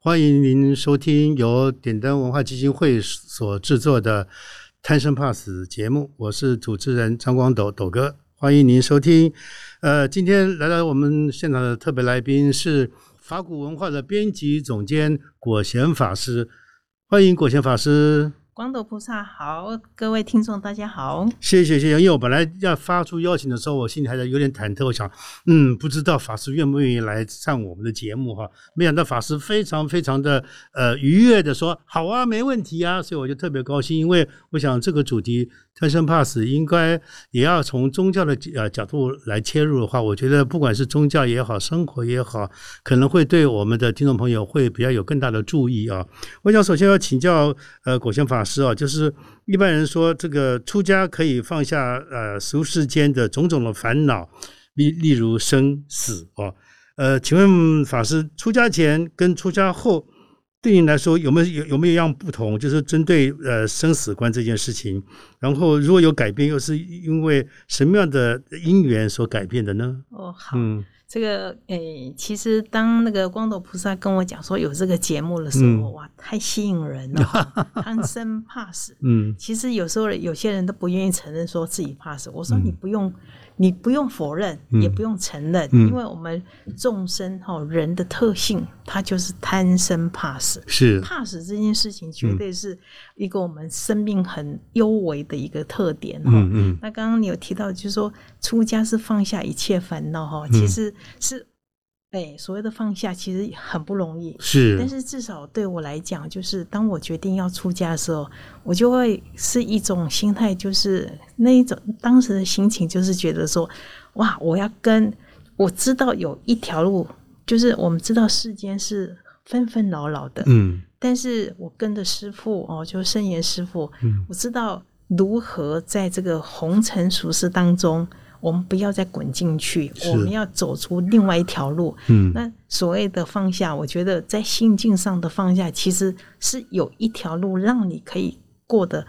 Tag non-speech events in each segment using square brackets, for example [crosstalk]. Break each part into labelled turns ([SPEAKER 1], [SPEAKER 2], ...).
[SPEAKER 1] 欢迎您收听由点灯文化基金会所制作的《贪生怕死》节目，我是主持人张光斗斗哥，欢迎您收听。呃，今天来到我们现场的特别来宾是法古文化的编辑总监果贤法师，欢迎果贤法师。
[SPEAKER 2] 光头菩萨好，各位听众大家好。
[SPEAKER 1] 谢谢谢谢，因为我本来要发出邀请的时候，我心里还在有点忐忑，我想，嗯，不知道法师愿不愿意来上我们的节目哈。没想到法师非常非常的呃愉悦的说，好啊，没问题啊，所以我就特别高兴，因为我想这个主题贪生怕死，应该也要从宗教的呃角度来切入的话，我觉得不管是宗教也好，生活也好，可能会对我们的听众朋友会比较有更大的注意啊。我想首先要请教呃果贤法师啊，就是一般人说这个出家可以放下呃俗世间的种种的烦恼，例例如生死哦。呃，请问法师，出家前跟出家后对您来说有没有有有没有一样不同？就是针对呃生死观这件事情，然后如果有改变，又是因为什么样的因缘所改变的呢？
[SPEAKER 2] 哦，好，
[SPEAKER 1] 嗯
[SPEAKER 2] 这个诶、其实当那个光头菩萨跟我讲说有这个节目的时候，
[SPEAKER 1] 嗯
[SPEAKER 2] 哇，太吸引人
[SPEAKER 1] [laughs]
[SPEAKER 2] 了，贪生怕死。
[SPEAKER 1] 嗯
[SPEAKER 2] 其实有时候有些人都不愿意承认说自己怕死。我说
[SPEAKER 1] 嗯
[SPEAKER 2] 你不用，你不用否认，
[SPEAKER 1] 嗯
[SPEAKER 2] 也不用承认，
[SPEAKER 1] 嗯
[SPEAKER 2] 因为我们众生哈、哦、人的特性，他就是贪生怕死。
[SPEAKER 1] 是
[SPEAKER 2] 怕死这件事情
[SPEAKER 1] 嗯
[SPEAKER 2] 绝对是一个我们生命很幽微的一个特点哈、
[SPEAKER 1] 嗯嗯
[SPEAKER 2] 那刚刚你有提到，就是说出家是放下一切烦恼哈，其实是，哎、所谓的放下其实很不容易。但
[SPEAKER 1] 是
[SPEAKER 2] 是至少对我来讲，就是当我决定要出家的时候，我就会是一种心态，就是那一种当时的心情，就是觉得说，哇，我要跟我知道有一条路，就是我们知道世间是纷纷扰扰的，
[SPEAKER 1] 嗯
[SPEAKER 2] 但是我跟着师傅哦，就是圣严师傅，
[SPEAKER 1] 嗯
[SPEAKER 2] 我知道如何在这个红尘俗世当中，我们不要再滚进去，
[SPEAKER 1] 是
[SPEAKER 2] 我们要走出另外一条路。
[SPEAKER 1] 嗯
[SPEAKER 2] 那所谓的放下，我觉得在心境上的放下，其实是有一条路让你可以过得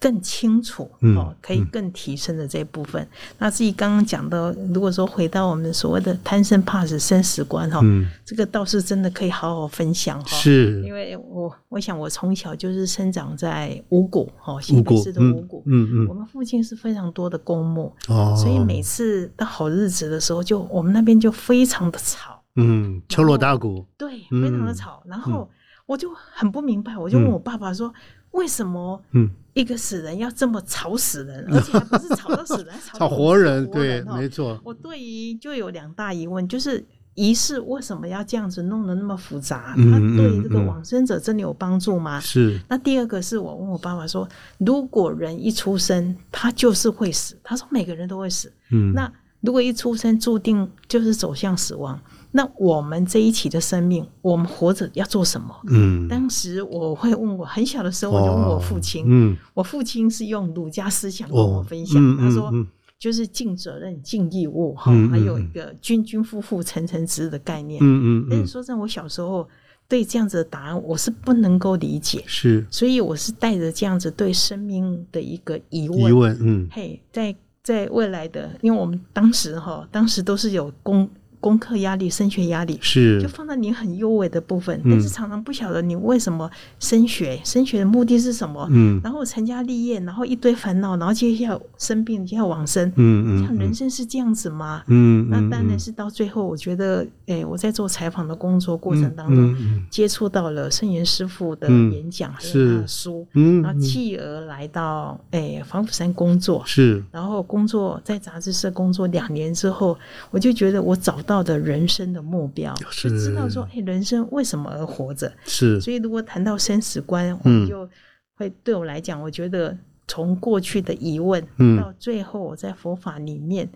[SPEAKER 2] 更清楚、
[SPEAKER 1] 嗯
[SPEAKER 2] 哦，可以更提升的这一部分。那至于刚刚讲的，如果说回到我们所谓的贪生怕死、生死观哈、
[SPEAKER 1] 嗯
[SPEAKER 2] 这个倒是真的可以好好分享哈、因
[SPEAKER 1] 是
[SPEAKER 2] 为我我想我从小就是生长在五谷哦，
[SPEAKER 1] 五
[SPEAKER 2] 新北
[SPEAKER 1] 谷
[SPEAKER 2] 市的五
[SPEAKER 1] 嗯
[SPEAKER 2] 谷。
[SPEAKER 1] 嗯
[SPEAKER 2] 我
[SPEAKER 1] 嗯
[SPEAKER 2] 们附近是非常多的公墓，
[SPEAKER 1] 哦，
[SPEAKER 2] 所以每次到好日子的时候就，我们那边就非常的吵，
[SPEAKER 1] 嗯，敲锣打鼓，
[SPEAKER 2] 对，
[SPEAKER 1] 嗯
[SPEAKER 2] 非常的吵。然后我就很不明白，我就问我爸爸说，为什么
[SPEAKER 1] 嗯，
[SPEAKER 2] 一个死人要这么吵死
[SPEAKER 1] [laughs]
[SPEAKER 2] 人，而且还不是吵到死人，还吵
[SPEAKER 1] 炒
[SPEAKER 2] 到
[SPEAKER 1] 活人，对，
[SPEAKER 2] 哦
[SPEAKER 1] 没错，
[SPEAKER 2] 我对于就有两大疑问，就是仪式为什么要这样子弄得那么复杂？
[SPEAKER 1] 嗯
[SPEAKER 2] 它对这个
[SPEAKER 1] 嗯嗯
[SPEAKER 2] 往生者真的有帮助吗？
[SPEAKER 1] 是，
[SPEAKER 2] 那第二个是我问我爸爸说，如果人一出生他就是会死，他说每个人都会死，
[SPEAKER 1] 嗯，
[SPEAKER 2] 那如果一出生注定就是走向死亡，那我们这一期的生命，我们活着要做什么？
[SPEAKER 1] 嗯，
[SPEAKER 2] 当时我会问我很小的时候，我就问我父亲，
[SPEAKER 1] 嗯，
[SPEAKER 2] 我父亲是用儒家思想跟我
[SPEAKER 1] 哦，
[SPEAKER 2] 分享，
[SPEAKER 1] 嗯
[SPEAKER 2] 他说。
[SPEAKER 1] 嗯
[SPEAKER 2] 就是尽责任、尽义务哈，
[SPEAKER 1] 嗯嗯
[SPEAKER 2] 还有一个君君夫妇、臣臣子子的概念。
[SPEAKER 1] 嗯嗯
[SPEAKER 2] 但是
[SPEAKER 1] 嗯，
[SPEAKER 2] 说真的，我小时候对这样子的答案我是不能够理解，
[SPEAKER 1] 是
[SPEAKER 2] 所以我是带着这样子对生命的一个疑问，
[SPEAKER 1] 疑问，嗯，
[SPEAKER 2] 嘿，在在未来的，因为我们当时哈，当时都是有功功课压力、升学压力，就是放在你很优美的部分，
[SPEAKER 1] 嗯
[SPEAKER 2] 但是常常不晓得你为什么升学，升学的目的是什么，
[SPEAKER 1] 嗯
[SPEAKER 2] 然后成家立业，然后一堆烦恼，然后接下来生病，接下来往生，
[SPEAKER 1] 嗯
[SPEAKER 2] 像
[SPEAKER 1] 嗯
[SPEAKER 2] 人生是这样子吗？
[SPEAKER 1] 嗯，
[SPEAKER 2] 那当然是到最后，我觉得，诶、我在做采访的工作过程当中，
[SPEAKER 1] 嗯
[SPEAKER 2] 接触到了圣严师傅的
[SPEAKER 1] 嗯
[SPEAKER 2] 演讲，还有
[SPEAKER 1] 是
[SPEAKER 2] 他的书，然后
[SPEAKER 1] 嗯，
[SPEAKER 2] 继而来到诶、防腐山工作，
[SPEAKER 1] 是，
[SPEAKER 2] 然后工作在杂志社工作两年之后，我就觉得我找到的人生的目标，
[SPEAKER 1] 哦是
[SPEAKER 2] 就知道说，哎、人生为什么而活着？
[SPEAKER 1] 是，
[SPEAKER 2] 所以如果谈到生死观，
[SPEAKER 1] 嗯
[SPEAKER 2] 我就会对我来讲，我觉得从过去的疑问，
[SPEAKER 1] 嗯
[SPEAKER 2] 到最后我在佛法里面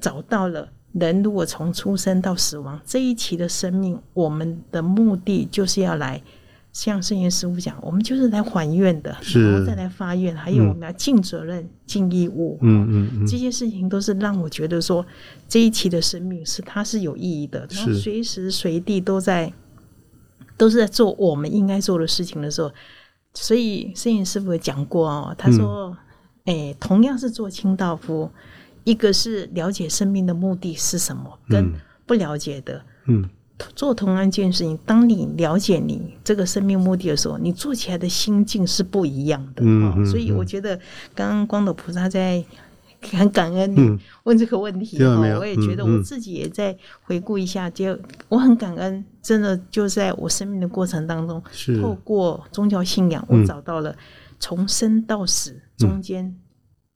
[SPEAKER 2] 找到了。人如果从出生到死亡这一期的生命，我们的目的就是要来向圣严师傅讲，我们就是来还愿的，
[SPEAKER 1] 是
[SPEAKER 2] 然后再来发愿，还有我们要尽责任、尽义务。
[SPEAKER 1] 嗯嗯嗯，
[SPEAKER 2] 这些事情都是让我觉得说，这一期的生命是它是有意义的，然后
[SPEAKER 1] 是
[SPEAKER 2] 随时随地都在都是在做我们应该做的事情的时候，所以摄影师傅也讲过哦，他
[SPEAKER 1] 嗯
[SPEAKER 2] 说，哎、同样是做清道夫，一个是了解生命的目的是什么，跟
[SPEAKER 1] 嗯
[SPEAKER 2] 不了解的。
[SPEAKER 1] 嗯
[SPEAKER 2] 做同样一件事情，当你了解你这个生命目的的时候，你做起来的心境是不一样的。
[SPEAKER 1] 嗯
[SPEAKER 2] 哦
[SPEAKER 1] 嗯
[SPEAKER 2] 所以我觉得刚刚光头菩萨在很感恩你 [laughs]
[SPEAKER 1] 嗯
[SPEAKER 2] 问这个问题
[SPEAKER 1] 听到
[SPEAKER 2] 哦
[SPEAKER 1] 没有
[SPEAKER 2] 我也觉得
[SPEAKER 1] 嗯
[SPEAKER 2] 我
[SPEAKER 1] 嗯
[SPEAKER 2] 自己也在回顾一下，就我很感恩，真的就在我生命的过程当中，
[SPEAKER 1] 是
[SPEAKER 2] 透过宗教信仰，
[SPEAKER 1] 嗯
[SPEAKER 2] 我找到了从生到死中间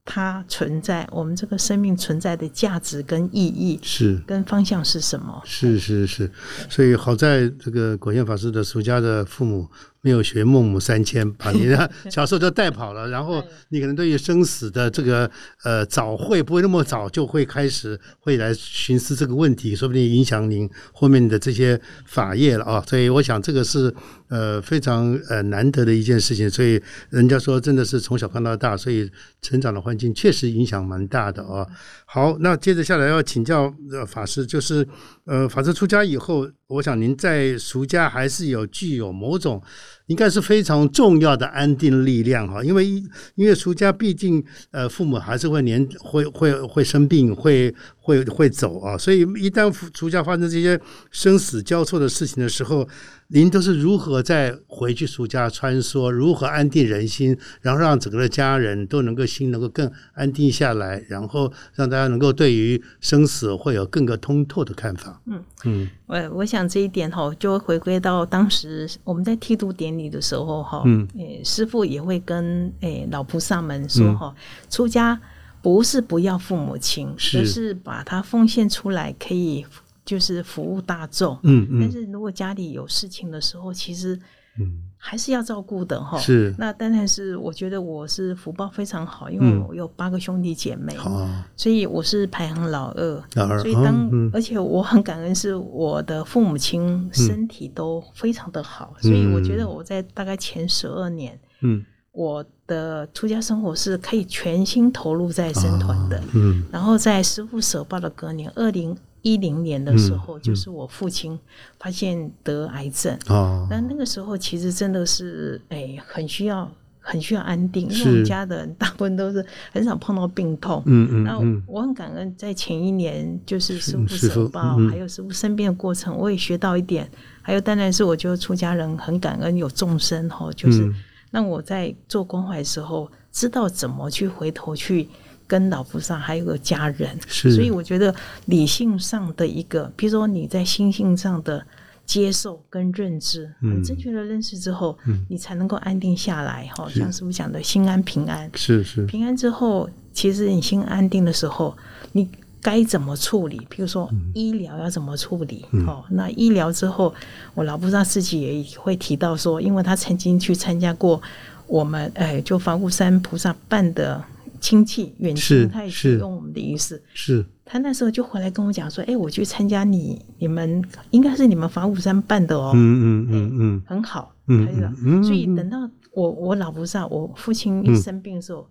[SPEAKER 2] 它存在我们这个生命存在的价值跟意义
[SPEAKER 1] 是。
[SPEAKER 2] 跟方向是什么。
[SPEAKER 1] 是是是，所以好在这个果宪法师的俗家的父母没有学孟母三迁，把你的小时候就带跑了，然后你可能对于生死的这个呃早会不会那么早就会开始会来寻思这个问题，说不定影响您后面的这些法业了啊。所以我想这个是呃非常呃难得的一件事情，所以人家说真的是从小看到大，所以成长的环境确实影响蛮大的啊。好，那接着下来要请教呃法师，就是呃法师出家以后，我想您在俗家还是有具有某种应该是非常重要的安定力量哈，因为因为俗家毕竟呃父母还是会年会会会生病，会会会走啊，所以一旦俗家发生这些生死交错的事情的时候，您都是如何在回去俗家穿梭，如何安定人心，然后让整个的家人都能够心能够更安定下来，然后让大家能够对于生死会有更个通透的看法。
[SPEAKER 2] 嗯
[SPEAKER 1] 嗯
[SPEAKER 2] 我我想这一点哈，就会回归到当时我们在剃度典礼的时候哈，
[SPEAKER 1] 嗯
[SPEAKER 2] 诶，师傅也会跟诶老菩萨们说
[SPEAKER 1] 嗯
[SPEAKER 2] 哈，出家不是不要父母亲，
[SPEAKER 1] 是
[SPEAKER 2] 而是把它奉献出来，可以就是服务大众。
[SPEAKER 1] 嗯
[SPEAKER 2] 但
[SPEAKER 1] 嗯
[SPEAKER 2] 是如果家里有事情的时候，其实
[SPEAKER 1] 嗯，
[SPEAKER 2] 还是要照顾的哈。
[SPEAKER 1] 是
[SPEAKER 2] 那当然是我觉得我是福报非常好，因为
[SPEAKER 1] 嗯
[SPEAKER 2] 我有八个兄弟姐妹。
[SPEAKER 1] 好啊，
[SPEAKER 2] 所以我是排行老二，
[SPEAKER 1] 老二
[SPEAKER 2] 所以当、
[SPEAKER 1] 嗯嗯
[SPEAKER 2] 而且我很感恩，是我的父母亲身体都非常的好，所以我觉得我在大概前十二年，
[SPEAKER 1] 嗯
[SPEAKER 2] 我的出家生活是可以全心投入在僧团的。
[SPEAKER 1] 嗯
[SPEAKER 2] 然后在师父舍报的隔年，二零一零年的时
[SPEAKER 1] 嗯
[SPEAKER 2] 候，就是我父亲发现得癌症，
[SPEAKER 1] 哦
[SPEAKER 2] 那那个时候其实真的是哎，很需要很需要安定，因为我们
[SPEAKER 1] 是
[SPEAKER 2] 家的人大部分都是很少碰到病痛。
[SPEAKER 1] 嗯嗯
[SPEAKER 2] 那
[SPEAKER 1] 嗯
[SPEAKER 2] 我很感恩，在前一年就是师傅
[SPEAKER 1] 师父
[SPEAKER 2] 手报，
[SPEAKER 1] 嗯
[SPEAKER 2] 还有师傅生病的过程，我也学到一点。还有，当然是我觉得出家人很感恩有众生哈，就是
[SPEAKER 1] 嗯
[SPEAKER 2] 让我在做关怀的时候，知道怎么去回头去跟老菩萨还有个家人。
[SPEAKER 1] 是
[SPEAKER 2] 所以我觉得理性上的一个，比如说你在心性上的。接受跟认知，很
[SPEAKER 1] 嗯
[SPEAKER 2] 正确的认识之后，你才能够安定下来。哈，像师傅讲的，心安平安。
[SPEAKER 1] 是是
[SPEAKER 2] 平安之后，其实你心安定的时候，你该怎么处理？比如说
[SPEAKER 1] 嗯
[SPEAKER 2] 医疗要怎么处理？哦，那医疗之后，我老菩萨自己也会提到说，因为他曾经去参加过我们哎，就法鼓山菩萨办的亲戚远
[SPEAKER 1] 是
[SPEAKER 2] 亲，他也
[SPEAKER 1] 是
[SPEAKER 2] 是用我们的仪式。
[SPEAKER 1] 是
[SPEAKER 2] 他那时候就回来跟我讲说：“哎、我去参加你你们应该是你们法鼓山办的哦，
[SPEAKER 1] 嗯嗯嗯嗯
[SPEAKER 2] 很好，
[SPEAKER 1] 嗯
[SPEAKER 2] 他就讲
[SPEAKER 1] 嗯嗯嗯
[SPEAKER 2] 所以等到我我老菩萨，我父亲一生病的时候，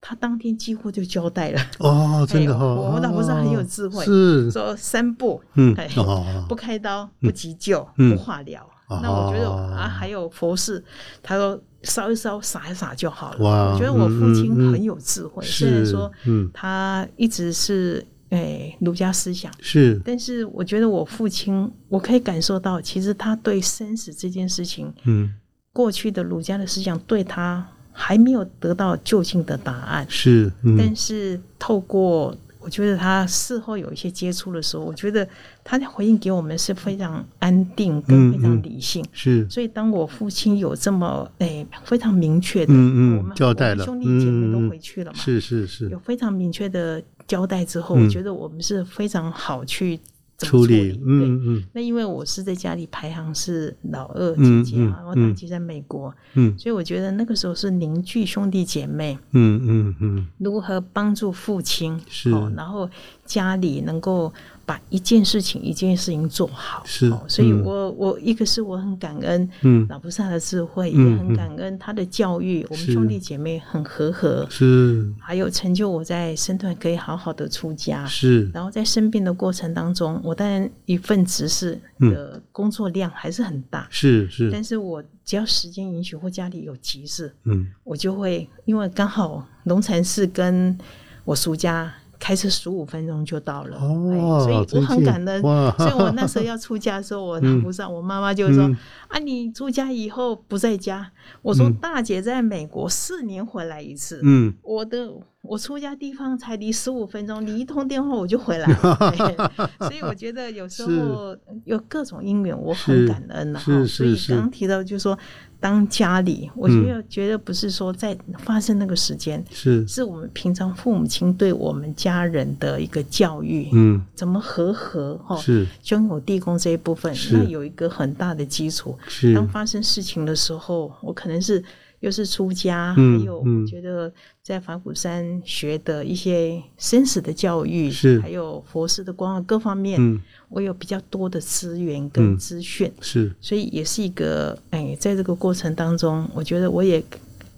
[SPEAKER 2] 他当天几乎就交代了，
[SPEAKER 1] 哦，真的哈，
[SPEAKER 2] 哎我我老婆是很有
[SPEAKER 1] 哦
[SPEAKER 2] 智慧
[SPEAKER 1] 是
[SPEAKER 2] [laughs] 说三不，
[SPEAKER 1] 嗯
[SPEAKER 2] 哎
[SPEAKER 1] 哦
[SPEAKER 2] 不开刀、不急救、
[SPEAKER 1] 嗯
[SPEAKER 2] 不化疗。
[SPEAKER 1] 哦
[SPEAKER 2] 那我觉得啊，还有佛事，他说烧一烧、撒一撒就好了。
[SPEAKER 1] 哇
[SPEAKER 2] 我觉得我父亲
[SPEAKER 1] 嗯嗯嗯
[SPEAKER 2] 很有智慧，
[SPEAKER 1] 是
[SPEAKER 2] 虽然说
[SPEAKER 1] 嗯
[SPEAKER 2] 他一直是哎儒家思想，
[SPEAKER 1] 是
[SPEAKER 2] 但是我觉得我父亲，我可以感受到，其实他对生死这件事情，
[SPEAKER 1] 嗯
[SPEAKER 2] 过去的儒家的思想对他还没有得到就近的答案，
[SPEAKER 1] 是嗯
[SPEAKER 2] 但是透过我觉得他事后有一些接触的时候，我觉得他的回应给我们是非常安定
[SPEAKER 1] 嗯
[SPEAKER 2] 跟非常
[SPEAKER 1] 嗯
[SPEAKER 2] 理性。
[SPEAKER 1] 是
[SPEAKER 2] 所以，当我父亲有这么诶、非常明确的，
[SPEAKER 1] 嗯嗯
[SPEAKER 2] 我们
[SPEAKER 1] 交代了
[SPEAKER 2] 我们兄弟姐妹
[SPEAKER 1] 嗯嗯嗯
[SPEAKER 2] 都回去了嘛，
[SPEAKER 1] 是是是嗯
[SPEAKER 2] 有非常明确的交代之后，我觉得我们是非常好去怎么
[SPEAKER 1] 处
[SPEAKER 2] 理
[SPEAKER 1] 理，
[SPEAKER 2] 对
[SPEAKER 1] 嗯嗯
[SPEAKER 2] 那因为我是在家里排行是老二姐
[SPEAKER 1] 嗯
[SPEAKER 2] 姐啊，
[SPEAKER 1] 嗯
[SPEAKER 2] 然后大姐在美国，
[SPEAKER 1] 嗯
[SPEAKER 2] 所以我觉得那个时候是凝聚兄弟姐妹，
[SPEAKER 1] 嗯嗯嗯
[SPEAKER 2] 如何帮助父亲，
[SPEAKER 1] 是
[SPEAKER 2] 哦，然后家里能够把一件事情一件事情做好。
[SPEAKER 1] 是
[SPEAKER 2] 哦所以
[SPEAKER 1] 嗯
[SPEAKER 2] 我我一个是我很感恩
[SPEAKER 1] 嗯
[SPEAKER 2] 老菩萨的智慧，也
[SPEAKER 1] 嗯嗯
[SPEAKER 2] 很感恩他的教育，我们
[SPEAKER 1] 是
[SPEAKER 2] 兄弟姐妹很和和，
[SPEAKER 1] 是
[SPEAKER 2] 还有成就我在身段可以好好的出家。
[SPEAKER 1] 是
[SPEAKER 2] 然后在生病的过程当中，我当然一份职事的工作量还是很大，
[SPEAKER 1] 是嗯是，
[SPEAKER 2] 但是我只要时间允许或家里有急事，
[SPEAKER 1] 嗯
[SPEAKER 2] 我就会因为刚好龙禅寺跟我叔家开车十五分钟就到了，
[SPEAKER 1] 哦
[SPEAKER 2] 哎所以我
[SPEAKER 1] 最
[SPEAKER 2] 很
[SPEAKER 1] 近
[SPEAKER 2] 感恩。
[SPEAKER 1] 哇嗯
[SPEAKER 2] 所以我那时候要出家的时候，我拿不上，我妈妈就说：“啊，你出家以后不在家。”我说：“大姐在美国四年回来一次。”
[SPEAKER 1] 嗯，
[SPEAKER 2] 我的我出家地方才离十五分钟，你一通电话我就回来
[SPEAKER 1] [laughs]
[SPEAKER 2] 了。对所以我觉得有时候有各种因缘，我很
[SPEAKER 1] 是
[SPEAKER 2] 感恩呐、啊。
[SPEAKER 1] 是
[SPEAKER 2] 所
[SPEAKER 1] 是
[SPEAKER 2] 以
[SPEAKER 1] 是
[SPEAKER 2] 刚刚提到就是说，当家里，我
[SPEAKER 1] 嗯
[SPEAKER 2] 觉得觉得不是说在发生那个时间，
[SPEAKER 1] 是
[SPEAKER 2] 是我们平常父母亲对我们家人的一个教育，
[SPEAKER 1] 嗯
[SPEAKER 2] 怎么和和哈。
[SPEAKER 1] 是
[SPEAKER 2] 兄友弟恭这一部分，
[SPEAKER 1] 是
[SPEAKER 2] 那有一个很大的基础。
[SPEAKER 1] 是
[SPEAKER 2] 当发生事情的时候，我可能是又是出家，
[SPEAKER 1] 嗯
[SPEAKER 2] 还有
[SPEAKER 1] 嗯
[SPEAKER 2] 我觉得在法鼓山学的一些生死的教育，
[SPEAKER 1] 是
[SPEAKER 2] 还有佛事的光啊各方面，
[SPEAKER 1] 嗯
[SPEAKER 2] 我有比较多的资源
[SPEAKER 1] 嗯
[SPEAKER 2] 跟资讯，
[SPEAKER 1] 是
[SPEAKER 2] 所以也是一个哎，在这个过程当中，我觉得我也。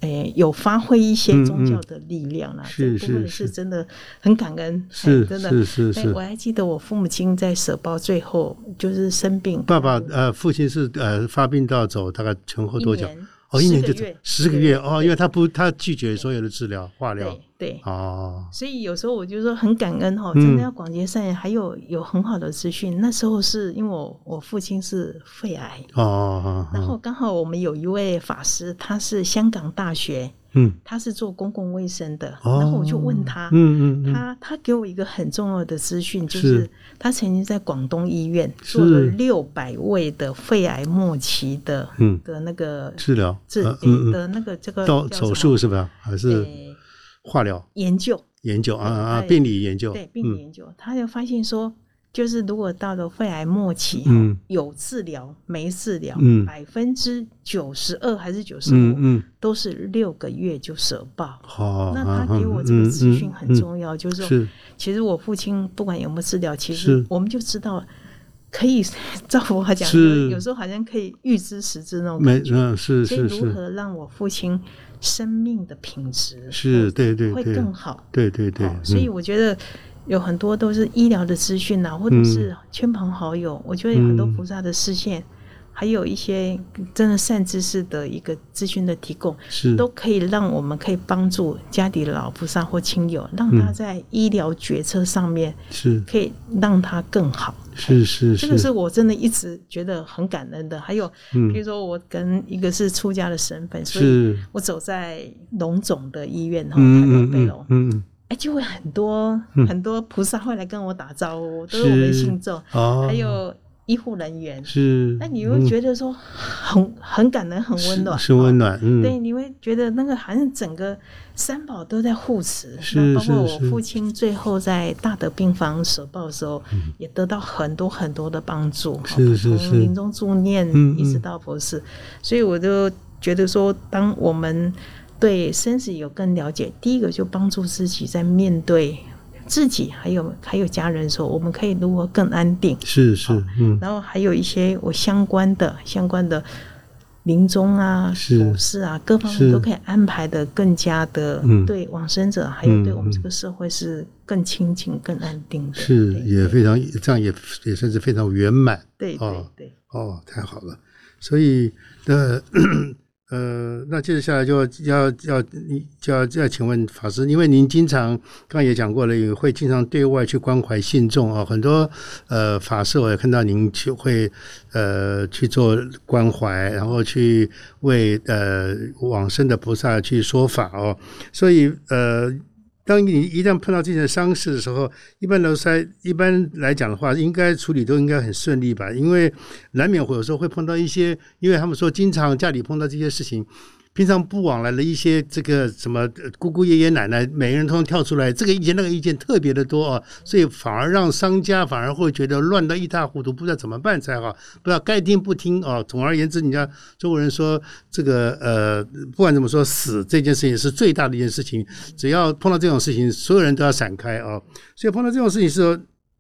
[SPEAKER 2] 哎，有发挥一些
[SPEAKER 1] 嗯嗯
[SPEAKER 2] 宗教的力量啦，
[SPEAKER 1] 是
[SPEAKER 2] 这部分
[SPEAKER 1] 是是
[SPEAKER 2] 是真的很感恩，哎
[SPEAKER 1] 是
[SPEAKER 2] 真的
[SPEAKER 1] 是是
[SPEAKER 2] 哎
[SPEAKER 1] 是
[SPEAKER 2] 我，还记得我父母亲在舍报最后就是生病，
[SPEAKER 1] 爸爸呃父亲是呃发病到走，大概前后
[SPEAKER 2] 一
[SPEAKER 1] 多久？
[SPEAKER 2] 年
[SPEAKER 1] 哦，一
[SPEAKER 2] 10
[SPEAKER 1] 年
[SPEAKER 2] 个
[SPEAKER 1] 就走
[SPEAKER 2] 月
[SPEAKER 1] 十个
[SPEAKER 2] 对
[SPEAKER 1] 月哦，因为他不他拒绝所有的治疗化疗
[SPEAKER 2] 对对，
[SPEAKER 1] 哦，
[SPEAKER 2] 所以有时候我就说很感恩哈，
[SPEAKER 1] 嗯
[SPEAKER 2] 真的要广结善缘，还有有很好的资讯。那时候是因为我我父亲是肺癌，
[SPEAKER 1] 哦哦，哦
[SPEAKER 2] 然后刚好我们有一位法师，他是香港大学，
[SPEAKER 1] 嗯
[SPEAKER 2] 他是做公共卫生的，
[SPEAKER 1] 哦
[SPEAKER 2] 然后我就问他。
[SPEAKER 1] 嗯嗯嗯，
[SPEAKER 2] 他他给我一个很重要的资讯，就是是他曾经在广东医院做了
[SPEAKER 1] 是
[SPEAKER 2] 六百位的肺癌末期的
[SPEAKER 1] 嗯
[SPEAKER 2] 的那个
[SPEAKER 1] 治疗
[SPEAKER 2] 治
[SPEAKER 1] 呃嗯嗯，
[SPEAKER 2] 的那个这个
[SPEAKER 1] 到手
[SPEAKER 2] 叫什么
[SPEAKER 1] 术是吧？还是
[SPEAKER 2] 呃
[SPEAKER 1] 化疗
[SPEAKER 2] 研究，
[SPEAKER 1] 研究啊啊啊
[SPEAKER 2] 对
[SPEAKER 1] 病理研究？
[SPEAKER 2] 对病理研究，他就发现说，就是如果到了肺癌末期，
[SPEAKER 1] 嗯
[SPEAKER 2] 有治疗没治疗
[SPEAKER 1] 嗯，
[SPEAKER 2] 百分之九十二还是九十
[SPEAKER 1] 嗯嗯
[SPEAKER 2] 五，
[SPEAKER 1] 嗯，
[SPEAKER 2] 都是六个月就舍报。
[SPEAKER 1] 好，
[SPEAKER 2] 那
[SPEAKER 1] 啊
[SPEAKER 2] 他给
[SPEAKER 1] 嗯
[SPEAKER 2] 我这个
[SPEAKER 1] 嗯
[SPEAKER 2] 资
[SPEAKER 1] 嗯
[SPEAKER 2] 讯很
[SPEAKER 1] 嗯
[SPEAKER 2] 重要，就是说，
[SPEAKER 1] 是
[SPEAKER 2] 其实我父亲不管有没有治疗，其
[SPEAKER 1] 是
[SPEAKER 2] 实我们就知道，可以 [laughs] 照佛法讲，就是有时候好像可以预知时至那种
[SPEAKER 1] 没
[SPEAKER 2] 感觉。
[SPEAKER 1] 嗯是
[SPEAKER 2] 所以
[SPEAKER 1] 是
[SPEAKER 2] 如
[SPEAKER 1] 是
[SPEAKER 2] 何让我父亲生命的品质
[SPEAKER 1] 是，对对
[SPEAKER 2] 会
[SPEAKER 1] 对
[SPEAKER 2] 更好？
[SPEAKER 1] 对对对
[SPEAKER 2] 哦，所以
[SPEAKER 1] 嗯
[SPEAKER 2] 我觉得有很多都是医疗的资讯呐，或者是亲朋好友，我觉得有很多
[SPEAKER 1] 嗯
[SPEAKER 2] 菩萨的视线，还有一些真的善知识的一个资讯的提供，
[SPEAKER 1] 是
[SPEAKER 2] 都可以让我们可以帮助家里的老菩萨或亲友，让
[SPEAKER 1] 嗯
[SPEAKER 2] 他在医疗决策上面
[SPEAKER 1] 是
[SPEAKER 2] 可以让他更好。
[SPEAKER 1] 是是
[SPEAKER 2] 这个是
[SPEAKER 1] 是
[SPEAKER 2] 我真的一直觉得很感恩的。还有，
[SPEAKER 1] 嗯
[SPEAKER 2] 比如说我跟一个是出家的身份，所以
[SPEAKER 1] 是
[SPEAKER 2] 我走在龙总的医院哈，台
[SPEAKER 1] 嗯
[SPEAKER 2] 东贝
[SPEAKER 1] 嗯
[SPEAKER 2] 龙
[SPEAKER 1] 嗯，嗯
[SPEAKER 2] 哎，就会很多、很多菩萨会来跟我打招呼，都是我
[SPEAKER 1] 是
[SPEAKER 2] 们信众，
[SPEAKER 1] 哦
[SPEAKER 2] 还有医护人员。
[SPEAKER 1] 是
[SPEAKER 2] 那你会觉得说很、很感人，很温暖，
[SPEAKER 1] 是温暖嗯
[SPEAKER 2] 对，你会觉得那个好像整个三宝都在护持，
[SPEAKER 1] 是
[SPEAKER 2] 那包括
[SPEAKER 1] 是
[SPEAKER 2] 我
[SPEAKER 1] 是
[SPEAKER 2] 父亲最后在大德病房舍报的时候，也得到很多很多的帮助，
[SPEAKER 1] 嗯是
[SPEAKER 2] 哦
[SPEAKER 1] 是是
[SPEAKER 2] 从临终助念
[SPEAKER 1] 嗯嗯
[SPEAKER 2] 一直到博士，所以我就觉得说，当我们对生死有更了解，第一个就帮助自己在面对自己还有还有家人的时候，我们可以如何更安定，
[SPEAKER 1] 是是嗯
[SPEAKER 2] 然后还有一些我相关的相关的临终啊、
[SPEAKER 1] 是
[SPEAKER 2] 股市啊各方
[SPEAKER 1] 是
[SPEAKER 2] 面都可以安排的更加的
[SPEAKER 1] 嗯
[SPEAKER 2] 对往生者，还有对我
[SPEAKER 1] 嗯
[SPEAKER 2] 们这个社会是更亲近、更安定的。
[SPEAKER 1] 是
[SPEAKER 2] 对
[SPEAKER 1] 也非常这样也也算是非常圆满
[SPEAKER 2] 对对
[SPEAKER 1] 哦
[SPEAKER 2] 对，
[SPEAKER 1] 哦，太好了。所以，那呃，那接着下来就要要你就要就要请问法师，因为您经常刚刚也讲过了，也会经常对外去关怀信众啊、很多呃法师我也看到您去会呃去做关怀，然后去为呃往生的菩萨去说法哦，所以呃。当你一旦碰到这些伤势的时候，一般都是在一般来讲的话，应该处理都应该很顺利吧？因为难免会有时候会碰到一些，因为他们说经常家里碰到这些事情，平常不往来的一些这个什么呃姑姑爷爷奶奶，每个人通通跳出来，这个意见那个意见特别的多啊，所以反而让商家反而会觉得乱得一塌糊涂，不知道怎么办才好，不知道该听不听啊。总而言之，人家中国人说这个呃，不管怎么说，死这件事情是最大的一件事情，只要碰到这种事情，所有人都要闪开啊。所以碰到这种事情的时候，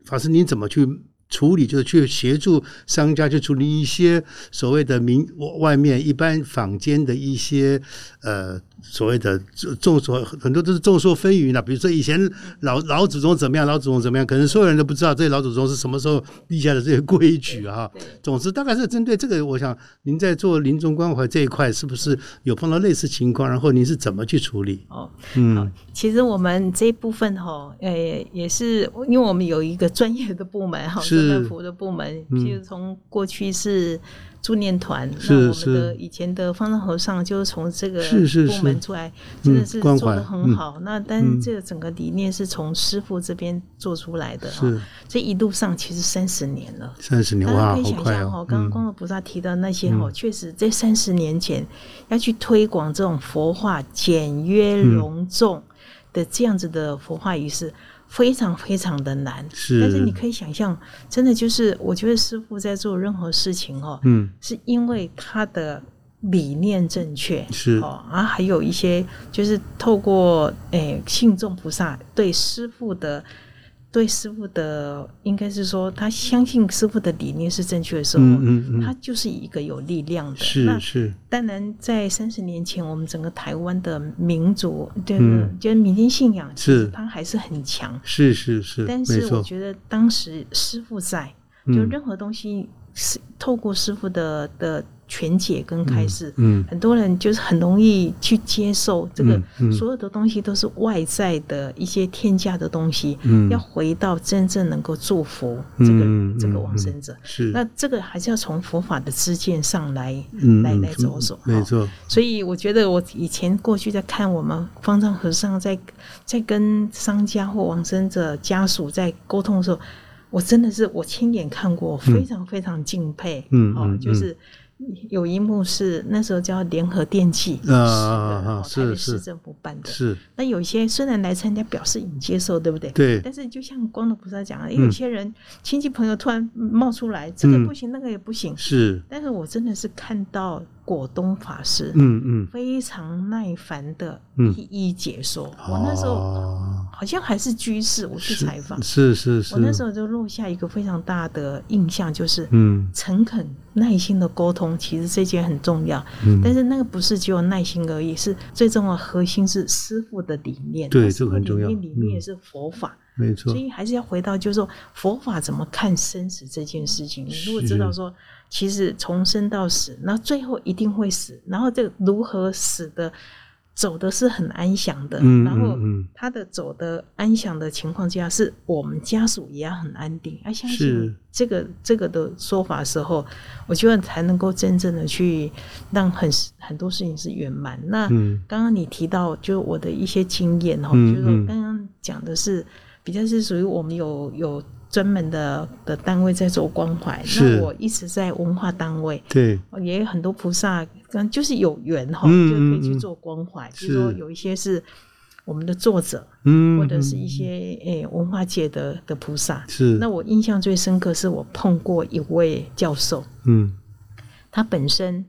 [SPEAKER 1] 法师，您怎么去处理？就是去协助商家去处理一些呃所谓的民外面一般坊间的一些呃所谓的众所很多都是众说纷纭的。比如说以前老老祖宗怎么样，老祖宗怎么样，可能所有人都不知道这些老祖宗是什么时候立下的这些规矩啊。总之，大概是针对这个，我想您在做临终关怀这一块，是不是有碰到类似情况？然后您是怎么去处理？
[SPEAKER 2] 哦，嗯，其实我们这一部分哈、呃，也是因为我们有一个专业的部门哈，
[SPEAKER 1] 是嗯
[SPEAKER 2] 政府的部门，就是从过去是助念团，
[SPEAKER 1] 是
[SPEAKER 2] 那我
[SPEAKER 1] 是
[SPEAKER 2] 们的以前的方丈和尚就是从这个
[SPEAKER 1] 是是是
[SPEAKER 2] 部门出来，真的是
[SPEAKER 1] 关
[SPEAKER 2] 做
[SPEAKER 1] 怀
[SPEAKER 2] 的很
[SPEAKER 1] 嗯
[SPEAKER 2] 好。那但是这个整个理念是从师傅这边做出来的哈，
[SPEAKER 1] 是
[SPEAKER 2] 这一路上其实三十年了。
[SPEAKER 1] 三十年
[SPEAKER 2] 大家
[SPEAKER 1] 哇，
[SPEAKER 2] 可以
[SPEAKER 1] 好
[SPEAKER 2] 想
[SPEAKER 1] 快
[SPEAKER 2] 象
[SPEAKER 1] 哦
[SPEAKER 2] 哦，！刚刚
[SPEAKER 1] 嗯
[SPEAKER 2] 光头菩萨提到那些哦，确实在三十年前要去推广这种佛化简约
[SPEAKER 1] 嗯
[SPEAKER 2] 隆重的这样子的佛化仪式，非常非常的难。
[SPEAKER 1] 是
[SPEAKER 2] 但是你可以想象，真的就是我觉得师傅在做任何事情哦，
[SPEAKER 1] 嗯，
[SPEAKER 2] 是因为他的理念正确，
[SPEAKER 1] 嗯是
[SPEAKER 2] 哦，啊，还有一些就是透过诶信众菩萨对师傅的。对师傅的，应该是说他相信师傅的理念是正确的时候，
[SPEAKER 1] 嗯嗯嗯
[SPEAKER 2] 他就是一个有力量的。
[SPEAKER 1] 是
[SPEAKER 2] 那
[SPEAKER 1] 是，
[SPEAKER 2] 当然，在三十年前，我们整个台湾的民族，就是、
[SPEAKER 1] 嗯
[SPEAKER 2] 就是民间信仰，其
[SPEAKER 1] 是
[SPEAKER 2] 实它还是很强。
[SPEAKER 1] 是是是，
[SPEAKER 2] 但
[SPEAKER 1] 没
[SPEAKER 2] 是我
[SPEAKER 1] 错，嗯
[SPEAKER 2] 觉得当时师傅在，就任何东西是透过师傅的的全解跟开示，
[SPEAKER 1] 嗯
[SPEAKER 2] 很多人就是很容易去接受这个
[SPEAKER 1] 嗯，嗯
[SPEAKER 2] 所有的东西都是外在的一些添加的东西，
[SPEAKER 1] 嗯
[SPEAKER 2] 要回到真正能够祝福这个、
[SPEAKER 1] 嗯
[SPEAKER 2] 这个
[SPEAKER 1] 嗯
[SPEAKER 2] 往生者。
[SPEAKER 1] 是
[SPEAKER 2] 那这个还是要从佛法的知见上来、
[SPEAKER 1] 嗯
[SPEAKER 2] 来
[SPEAKER 1] 嗯
[SPEAKER 2] 来着手，
[SPEAKER 1] 没
[SPEAKER 2] 哦
[SPEAKER 1] 错，
[SPEAKER 2] 所以我觉得我以前过去在看我们方丈和尚在在跟商家或往生者家属在沟通的时候，我真的是我亲眼看过，非常非常敬佩。
[SPEAKER 1] 嗯
[SPEAKER 2] 哦
[SPEAKER 1] 嗯，
[SPEAKER 2] 就是有一幕是那时候叫联合电器，
[SPEAKER 1] 啊啊啊啊
[SPEAKER 2] 哦
[SPEAKER 1] 是
[SPEAKER 2] 台北
[SPEAKER 1] 是
[SPEAKER 2] 市政府办的。
[SPEAKER 1] 是
[SPEAKER 2] 那有一些虽然来参加表示已接受，对不对？
[SPEAKER 1] 对
[SPEAKER 2] 但是就像光头菩萨讲的，有些人亲戚朋友突然冒出来，这个
[SPEAKER 1] 嗯
[SPEAKER 2] 不行，那个也不行。
[SPEAKER 1] 是，
[SPEAKER 2] 但是我真的是看到果东法师，
[SPEAKER 1] 嗯嗯，
[SPEAKER 2] 非常耐烦的
[SPEAKER 1] 嗯
[SPEAKER 2] 一一解说。我
[SPEAKER 1] 哦，
[SPEAKER 2] 那时候好像还是居士，我去
[SPEAKER 1] 是
[SPEAKER 2] 采访，
[SPEAKER 1] 是是是，
[SPEAKER 2] 我那时候就落下一个非常大的印象，就是
[SPEAKER 1] 嗯
[SPEAKER 2] 诚恳、耐心的沟通，其实这件很重要。
[SPEAKER 1] 嗯，
[SPEAKER 2] 但是那个不是只有耐心而已，是最重要的核心是师傅的理念。
[SPEAKER 1] 对
[SPEAKER 2] 那
[SPEAKER 1] 这个很
[SPEAKER 2] 师父
[SPEAKER 1] 重要
[SPEAKER 2] 理念里面也
[SPEAKER 1] 嗯
[SPEAKER 2] 是佛法，
[SPEAKER 1] 没错
[SPEAKER 2] 所，以还是要回到，就是说佛法怎么看生死这件事情。你如果
[SPEAKER 1] 是
[SPEAKER 2] 知道说，其实从生到死，那最后一定会死，然后这个如何死的，走的是很安详的，
[SPEAKER 1] 嗯
[SPEAKER 2] 然后
[SPEAKER 1] 嗯嗯
[SPEAKER 2] 他的走的安详的情况之下，是我们家属也要很安定。啊，相
[SPEAKER 1] 是
[SPEAKER 2] 信这个这个的说法的时候，我觉得才能够真正的去让很很多事情是圆满。那
[SPEAKER 1] 嗯
[SPEAKER 2] 刚刚你提到，就是我的一些经验哦，
[SPEAKER 1] 嗯
[SPEAKER 2] 就是说
[SPEAKER 1] 嗯
[SPEAKER 2] 刚刚讲的是比较是属于我们有有专门的的单位在做关怀。
[SPEAKER 1] 是
[SPEAKER 2] 那我一直在文化单位，
[SPEAKER 1] 对，
[SPEAKER 2] 哦也有很多菩萨，跟就是有缘哈，
[SPEAKER 1] 嗯
[SPEAKER 2] 就可
[SPEAKER 1] 嗯
[SPEAKER 2] 以去
[SPEAKER 1] 嗯
[SPEAKER 2] 做关怀。比如说
[SPEAKER 1] 是
[SPEAKER 2] 有一些是我们的作者，
[SPEAKER 1] 嗯，
[SPEAKER 2] 或者是一些诶、文化界的的菩萨。
[SPEAKER 1] 是，
[SPEAKER 2] 那我印象最深刻是我碰过一位教授，
[SPEAKER 1] 嗯
[SPEAKER 2] 他本身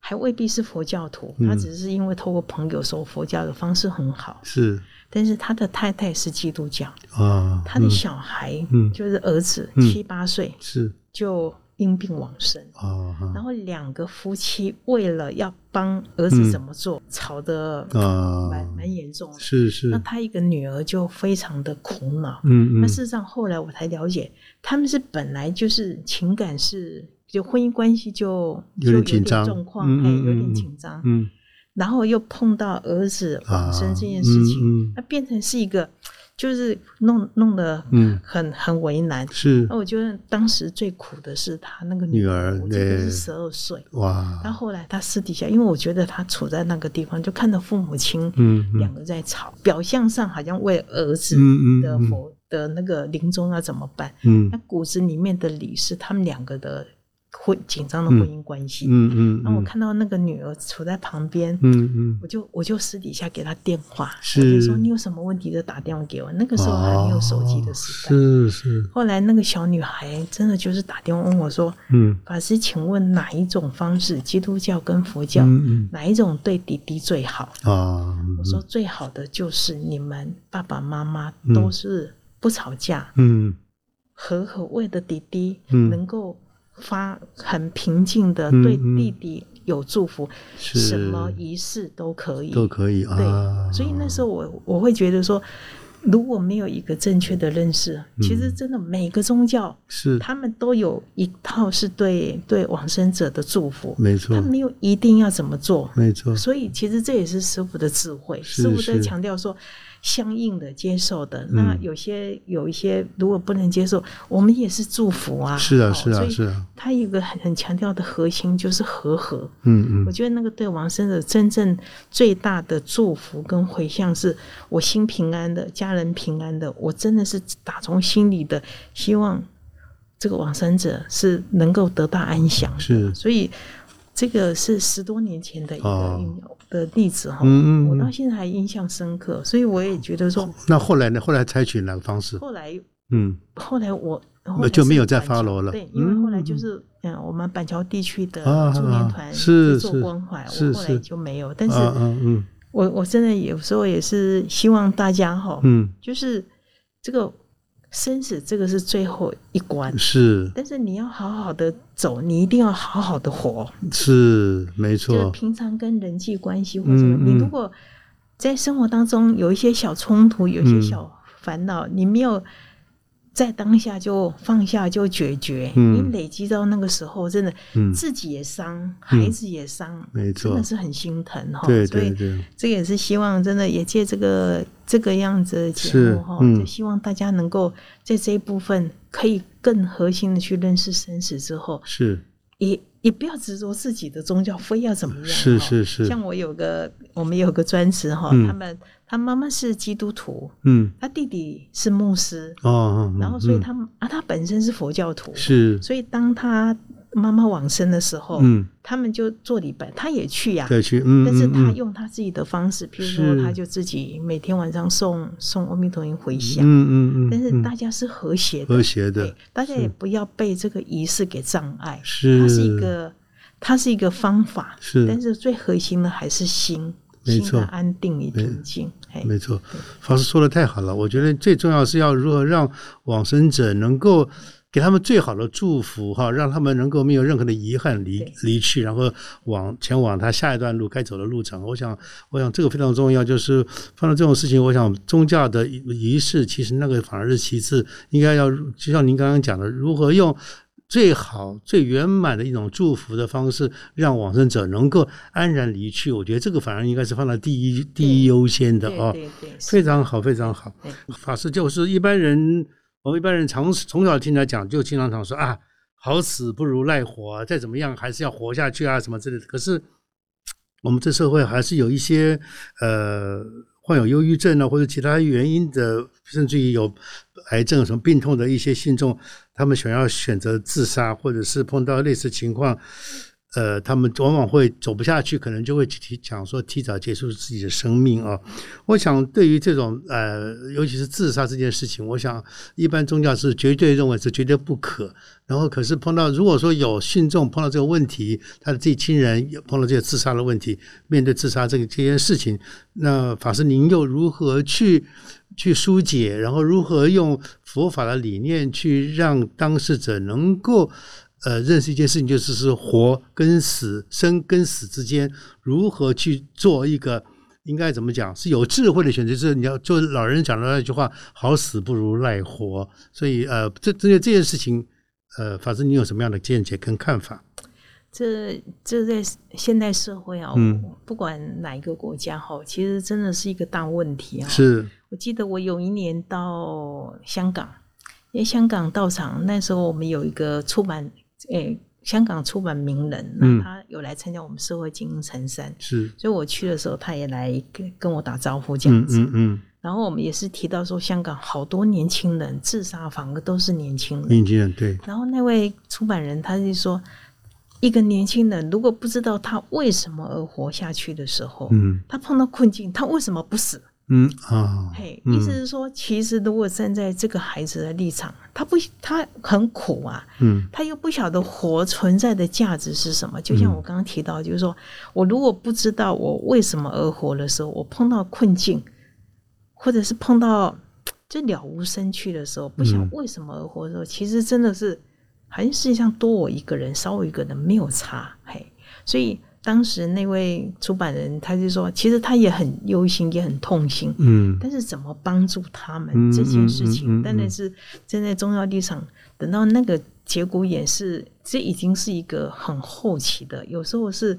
[SPEAKER 2] 还未必是佛教徒，
[SPEAKER 1] 嗯
[SPEAKER 2] 他只是因为透过朋友说佛教的方式很好，
[SPEAKER 1] 是
[SPEAKER 2] 但是他的太太是基督教，
[SPEAKER 1] 啊，
[SPEAKER 2] 他的
[SPEAKER 1] 嗯
[SPEAKER 2] 小孩
[SPEAKER 1] 嗯
[SPEAKER 2] 就是儿子
[SPEAKER 1] 嗯
[SPEAKER 2] 七八岁
[SPEAKER 1] 是
[SPEAKER 2] 就因病往生。
[SPEAKER 1] 啊
[SPEAKER 2] 然
[SPEAKER 1] 啊
[SPEAKER 2] 后两个夫妻为了要帮儿子怎么做，吵得蛮
[SPEAKER 1] 嗯啊，
[SPEAKER 2] 蛮严重的。
[SPEAKER 1] 是是
[SPEAKER 2] 那，他一个女儿就非常的苦恼。
[SPEAKER 1] 嗯
[SPEAKER 2] 那
[SPEAKER 1] 嗯
[SPEAKER 2] 事实上，后来我才了解，他们是本来就是情感是就婚姻关系就
[SPEAKER 1] 有点
[SPEAKER 2] 就
[SPEAKER 1] 紧张
[SPEAKER 2] 状况，
[SPEAKER 1] 嗯
[SPEAKER 2] 哎，
[SPEAKER 1] 嗯嗯
[SPEAKER 2] 有
[SPEAKER 1] 嗯
[SPEAKER 2] 点紧张，
[SPEAKER 1] 嗯，
[SPEAKER 2] 然后又碰到儿子往生这件
[SPEAKER 1] 啊
[SPEAKER 2] 事情，
[SPEAKER 1] 嗯嗯
[SPEAKER 2] 那变成是一个就是弄弄得
[SPEAKER 1] 嗯
[SPEAKER 2] 很很为难。
[SPEAKER 1] 是
[SPEAKER 2] 那我觉得当时最苦的是他那个
[SPEAKER 1] 女
[SPEAKER 2] 女
[SPEAKER 1] 儿
[SPEAKER 2] 我记得
[SPEAKER 1] 对
[SPEAKER 2] 是十二岁。
[SPEAKER 1] 哇
[SPEAKER 2] 但，后来他私底下，因为我觉得他处在那个地方，就看到父母亲
[SPEAKER 1] 嗯嗯
[SPEAKER 2] 两个在吵，表象上好像为儿子
[SPEAKER 1] 嗯嗯
[SPEAKER 2] 的
[SPEAKER 1] 嗯
[SPEAKER 2] 佛的那个临终要怎么办，
[SPEAKER 1] 嗯
[SPEAKER 2] 那骨子里面的理是他们两个的婚紧张的婚姻关系。
[SPEAKER 1] 嗯嗯
[SPEAKER 2] 然后我看到那个女儿处在旁边，
[SPEAKER 1] 嗯嗯
[SPEAKER 2] 我就我就私底下给她电话，
[SPEAKER 1] 是
[SPEAKER 2] 我就说你有什么问题就打电话给我。那个时候还没有手机的时代。
[SPEAKER 1] 哦是是，
[SPEAKER 2] 后来那个小女孩真的就是打电话问我说
[SPEAKER 1] 嗯：“
[SPEAKER 2] 法师，请问哪一种方式，基督教跟佛教、
[SPEAKER 1] 嗯
[SPEAKER 2] 哪一种对弟弟最好？”
[SPEAKER 1] 嗯啊，
[SPEAKER 2] 我说最好的就是你们爸爸妈妈
[SPEAKER 1] 嗯
[SPEAKER 2] 都是不吵架，
[SPEAKER 1] 嗯
[SPEAKER 2] 和和为的弟弟
[SPEAKER 1] 嗯
[SPEAKER 2] 能够发很平静的
[SPEAKER 1] 嗯
[SPEAKER 2] 对
[SPEAKER 1] 嗯
[SPEAKER 2] 弟弟有祝福，
[SPEAKER 1] 是
[SPEAKER 2] 什么仪式都可以。
[SPEAKER 1] 都可以啊
[SPEAKER 2] 对，。所以那时候我我会觉得说，如果没有一个正确的认识，其实真的每个宗教
[SPEAKER 1] 嗯是
[SPEAKER 2] 他们都有一套是对对往生者的祝福，
[SPEAKER 1] 嗯没错
[SPEAKER 2] 他，没有一定要怎么做。
[SPEAKER 1] 没错，
[SPEAKER 2] 所以其实这也是师傅的智慧，
[SPEAKER 1] 嗯是
[SPEAKER 2] 师傅在
[SPEAKER 1] 是嗯
[SPEAKER 2] 强调说。相应的接受的，那有些有一些如果不能接受，我们也是祝福啊。
[SPEAKER 1] 是啊，
[SPEAKER 2] 哦
[SPEAKER 1] 是
[SPEAKER 2] 所
[SPEAKER 1] 啊，
[SPEAKER 2] 以
[SPEAKER 1] 是啊，
[SPEAKER 2] 他有一个很很强调的核心就是和和，
[SPEAKER 1] 嗯嗯，
[SPEAKER 2] 我觉得那个对王生者真正最大的祝福跟回向是，我心平安的，家人平安的，我真的是打从心里的希望这个往生者是能够得到安详。
[SPEAKER 1] 是，
[SPEAKER 2] 所以这个是十多年前的一个
[SPEAKER 1] 哦
[SPEAKER 2] 应用的例子哈，
[SPEAKER 1] 嗯嗯哦
[SPEAKER 2] 我
[SPEAKER 1] 嗯
[SPEAKER 2] 到现在还印象深刻，所以我也觉得说，
[SPEAKER 1] 那后来呢？后来采取哪个方式？
[SPEAKER 2] 后来
[SPEAKER 1] 嗯，
[SPEAKER 2] 后来我后来
[SPEAKER 1] 就没有
[SPEAKER 2] 是
[SPEAKER 1] 再
[SPEAKER 2] 板桥
[SPEAKER 1] follow 了
[SPEAKER 2] 对，因为后来就是嗯，我们板桥地区的
[SPEAKER 1] 啊
[SPEAKER 2] 驻
[SPEAKER 1] 啊
[SPEAKER 2] 联
[SPEAKER 1] 啊
[SPEAKER 2] 团
[SPEAKER 1] 是
[SPEAKER 2] 去做
[SPEAKER 1] 是
[SPEAKER 2] 关怀，
[SPEAKER 1] 是
[SPEAKER 2] 我后来
[SPEAKER 1] 是
[SPEAKER 2] 就没有。但是
[SPEAKER 1] 啊嗯嗯
[SPEAKER 2] 我我真的有时候也是希望大家哈，
[SPEAKER 1] 嗯，
[SPEAKER 2] 就是这个生死这个是最后一关，
[SPEAKER 1] 是
[SPEAKER 2] 但是你要好好的走，你一定要好好的活。
[SPEAKER 1] 是，没
[SPEAKER 2] 就
[SPEAKER 1] 错，
[SPEAKER 2] 平常跟人际关系或者什么，
[SPEAKER 1] 嗯
[SPEAKER 2] 你
[SPEAKER 1] 嗯
[SPEAKER 2] 如果在生活当中有一些小冲突，有一些
[SPEAKER 1] 嗯
[SPEAKER 2] 小烦恼，你没有在当下就放下就解决，
[SPEAKER 1] 嗯
[SPEAKER 2] 你累积到那个时候，真的、
[SPEAKER 1] 嗯
[SPEAKER 2] 自己也伤，孩子也伤，
[SPEAKER 1] 没
[SPEAKER 2] 真
[SPEAKER 1] 错
[SPEAKER 2] 的，是很心疼哈。
[SPEAKER 1] 对
[SPEAKER 2] 所以
[SPEAKER 1] 对对，
[SPEAKER 2] 这也是希望，真的也借这个这个样子的节
[SPEAKER 1] 是
[SPEAKER 2] 目哈，
[SPEAKER 1] 嗯
[SPEAKER 2] 就希望大家能够在这一部分可以更核心的去认识生死之后，
[SPEAKER 1] 是
[SPEAKER 2] 也也不要执着自己的宗教，非要怎么样。
[SPEAKER 1] 是
[SPEAKER 2] 哦
[SPEAKER 1] 是是，
[SPEAKER 2] 像我有个我们有个专职哈，
[SPEAKER 1] 嗯
[SPEAKER 2] 他们他妈妈是基督徒，
[SPEAKER 1] 嗯
[SPEAKER 2] 他弟弟是牧师，
[SPEAKER 1] 哦哦，嗯
[SPEAKER 2] 然后所以
[SPEAKER 1] 嗯
[SPEAKER 2] 他们啊他本身是佛教徒，
[SPEAKER 1] 是
[SPEAKER 2] 所以当他妈妈往生的时候，
[SPEAKER 1] 嗯
[SPEAKER 2] 他们就做礼拜，他也去呀、
[SPEAKER 1] 再去嗯，
[SPEAKER 2] 但是他
[SPEAKER 1] 嗯
[SPEAKER 2] 用他自己的方式，譬如
[SPEAKER 1] 是
[SPEAKER 2] 说，他就自己每天晚上送送阿弥陀佛回
[SPEAKER 1] 嗯
[SPEAKER 2] 向，
[SPEAKER 1] 嗯嗯嗯，
[SPEAKER 2] 但是
[SPEAKER 1] 嗯
[SPEAKER 2] 大家是和谐的，
[SPEAKER 1] 和谐
[SPEAKER 2] 对
[SPEAKER 1] 的，
[SPEAKER 2] 大家也不要被这个仪式给障碍。
[SPEAKER 1] 是
[SPEAKER 2] 它是一个，它是一个方法，
[SPEAKER 1] 是
[SPEAKER 2] 但是最核心的还是心，
[SPEAKER 1] 没
[SPEAKER 2] 心
[SPEAKER 1] 错
[SPEAKER 2] 的安定与平静。哎，
[SPEAKER 1] 没错，法师说的太好了。我觉得最重要是要如何让往生者能够给他们最好的祝福，哈，让他们能够没有任何的遗憾离
[SPEAKER 2] 对
[SPEAKER 1] 离去，然后往前往他下一段路该走的路程。我想，我想这个非常重要。就是碰到这种事情，我想宗教的仪仪式其实那个反而是其次，应该要就像您刚刚讲的，如何用。最好、最圆满的一种祝福的方式，让往生者能够安然离去。我觉得这个反而应该是放在第一、第一优先的
[SPEAKER 2] 对
[SPEAKER 1] 啊。
[SPEAKER 2] 对对，
[SPEAKER 1] 非
[SPEAKER 2] 是
[SPEAKER 1] 常好，非常好
[SPEAKER 2] 对。
[SPEAKER 1] 法师就是一般人，我们一般人常从小听他讲，就经常常说啊，好死不如赖活啊，再怎么样还是要活下去啊，什么之类的。可是我们这社会还是有一些呃患有忧郁症啊或者其他原因的，甚至于有癌症什么病痛的一些信众，他们想要选择自杀，或者是碰到类似情况。呃，他们往往会走不下去，可能就会提讲说提早结束自己的生命啊。我想，对于这种呃，尤其是自杀这件事情，我想一般宗教是绝对认为是绝对不可。然后，可是碰到如果说有信众碰到这个问题，他的自己亲人有碰到这个自杀的问题，面对自杀这个这件事情，那法师您又如何去去疏解，然后如何用佛法的理念去让当事者能够呃认识一件事情，就是是活跟死、生跟死之间如何去做一个应该怎么讲是有智慧的选择，就是你要就老人讲的那句话“好死不如赖活”，所以呃，这针对这件事情，呃，法师你有什么样的见解跟看法？
[SPEAKER 2] 这这在现代社会啊，
[SPEAKER 1] 嗯
[SPEAKER 2] 不管哪一个国家哈，其实真的是一个大问题啊。
[SPEAKER 1] 是，
[SPEAKER 2] 我记得我有一年到香港，因为香港道场那时候我们有一个出版，诶、香港出版名人，
[SPEAKER 1] 嗯
[SPEAKER 2] 那他有来参加我们社会精英层山，
[SPEAKER 1] 是，
[SPEAKER 2] 所以我去的时候他也来跟跟我打招呼这
[SPEAKER 1] 嗯
[SPEAKER 2] 样子。
[SPEAKER 1] 嗯嗯，
[SPEAKER 2] 然后我们也是提到说，香港好多年轻人自杀，反而都是年轻人。
[SPEAKER 1] 年轻人对，
[SPEAKER 2] 然后那位出版人他就说，一个年轻人如果不知道他为什么而活下去的时候，
[SPEAKER 1] 嗯
[SPEAKER 2] 他碰到困境，他为什么不死？
[SPEAKER 1] 嗯啊，
[SPEAKER 2] 嘿，
[SPEAKER 1] 嗯
[SPEAKER 2] 意思是说，其实如果站在这个孩子的立场，他不他很苦啊，
[SPEAKER 1] 嗯
[SPEAKER 2] 他又不晓得活存在的价值是什么。就像我刚刚提到，就是说我如果不知道我为什么而活的时候，我碰到困境，或者是碰到就了无生趣的时候，不
[SPEAKER 1] 嗯
[SPEAKER 2] 想为什么而活的时候，其实真的是好像世界上多我一个人，少我一个人没有差，嘿，所以。当时那位出版人，他就说，其实他也很忧心，也很痛心，
[SPEAKER 1] 嗯
[SPEAKER 2] 但是怎么帮助他们、
[SPEAKER 1] 嗯
[SPEAKER 2] 这件事
[SPEAKER 1] 嗯嗯嗯
[SPEAKER 2] 情，
[SPEAKER 1] 嗯
[SPEAKER 2] 当然是站在重要立场。等到那个节骨眼是，这已经是一个很后期的，有时候是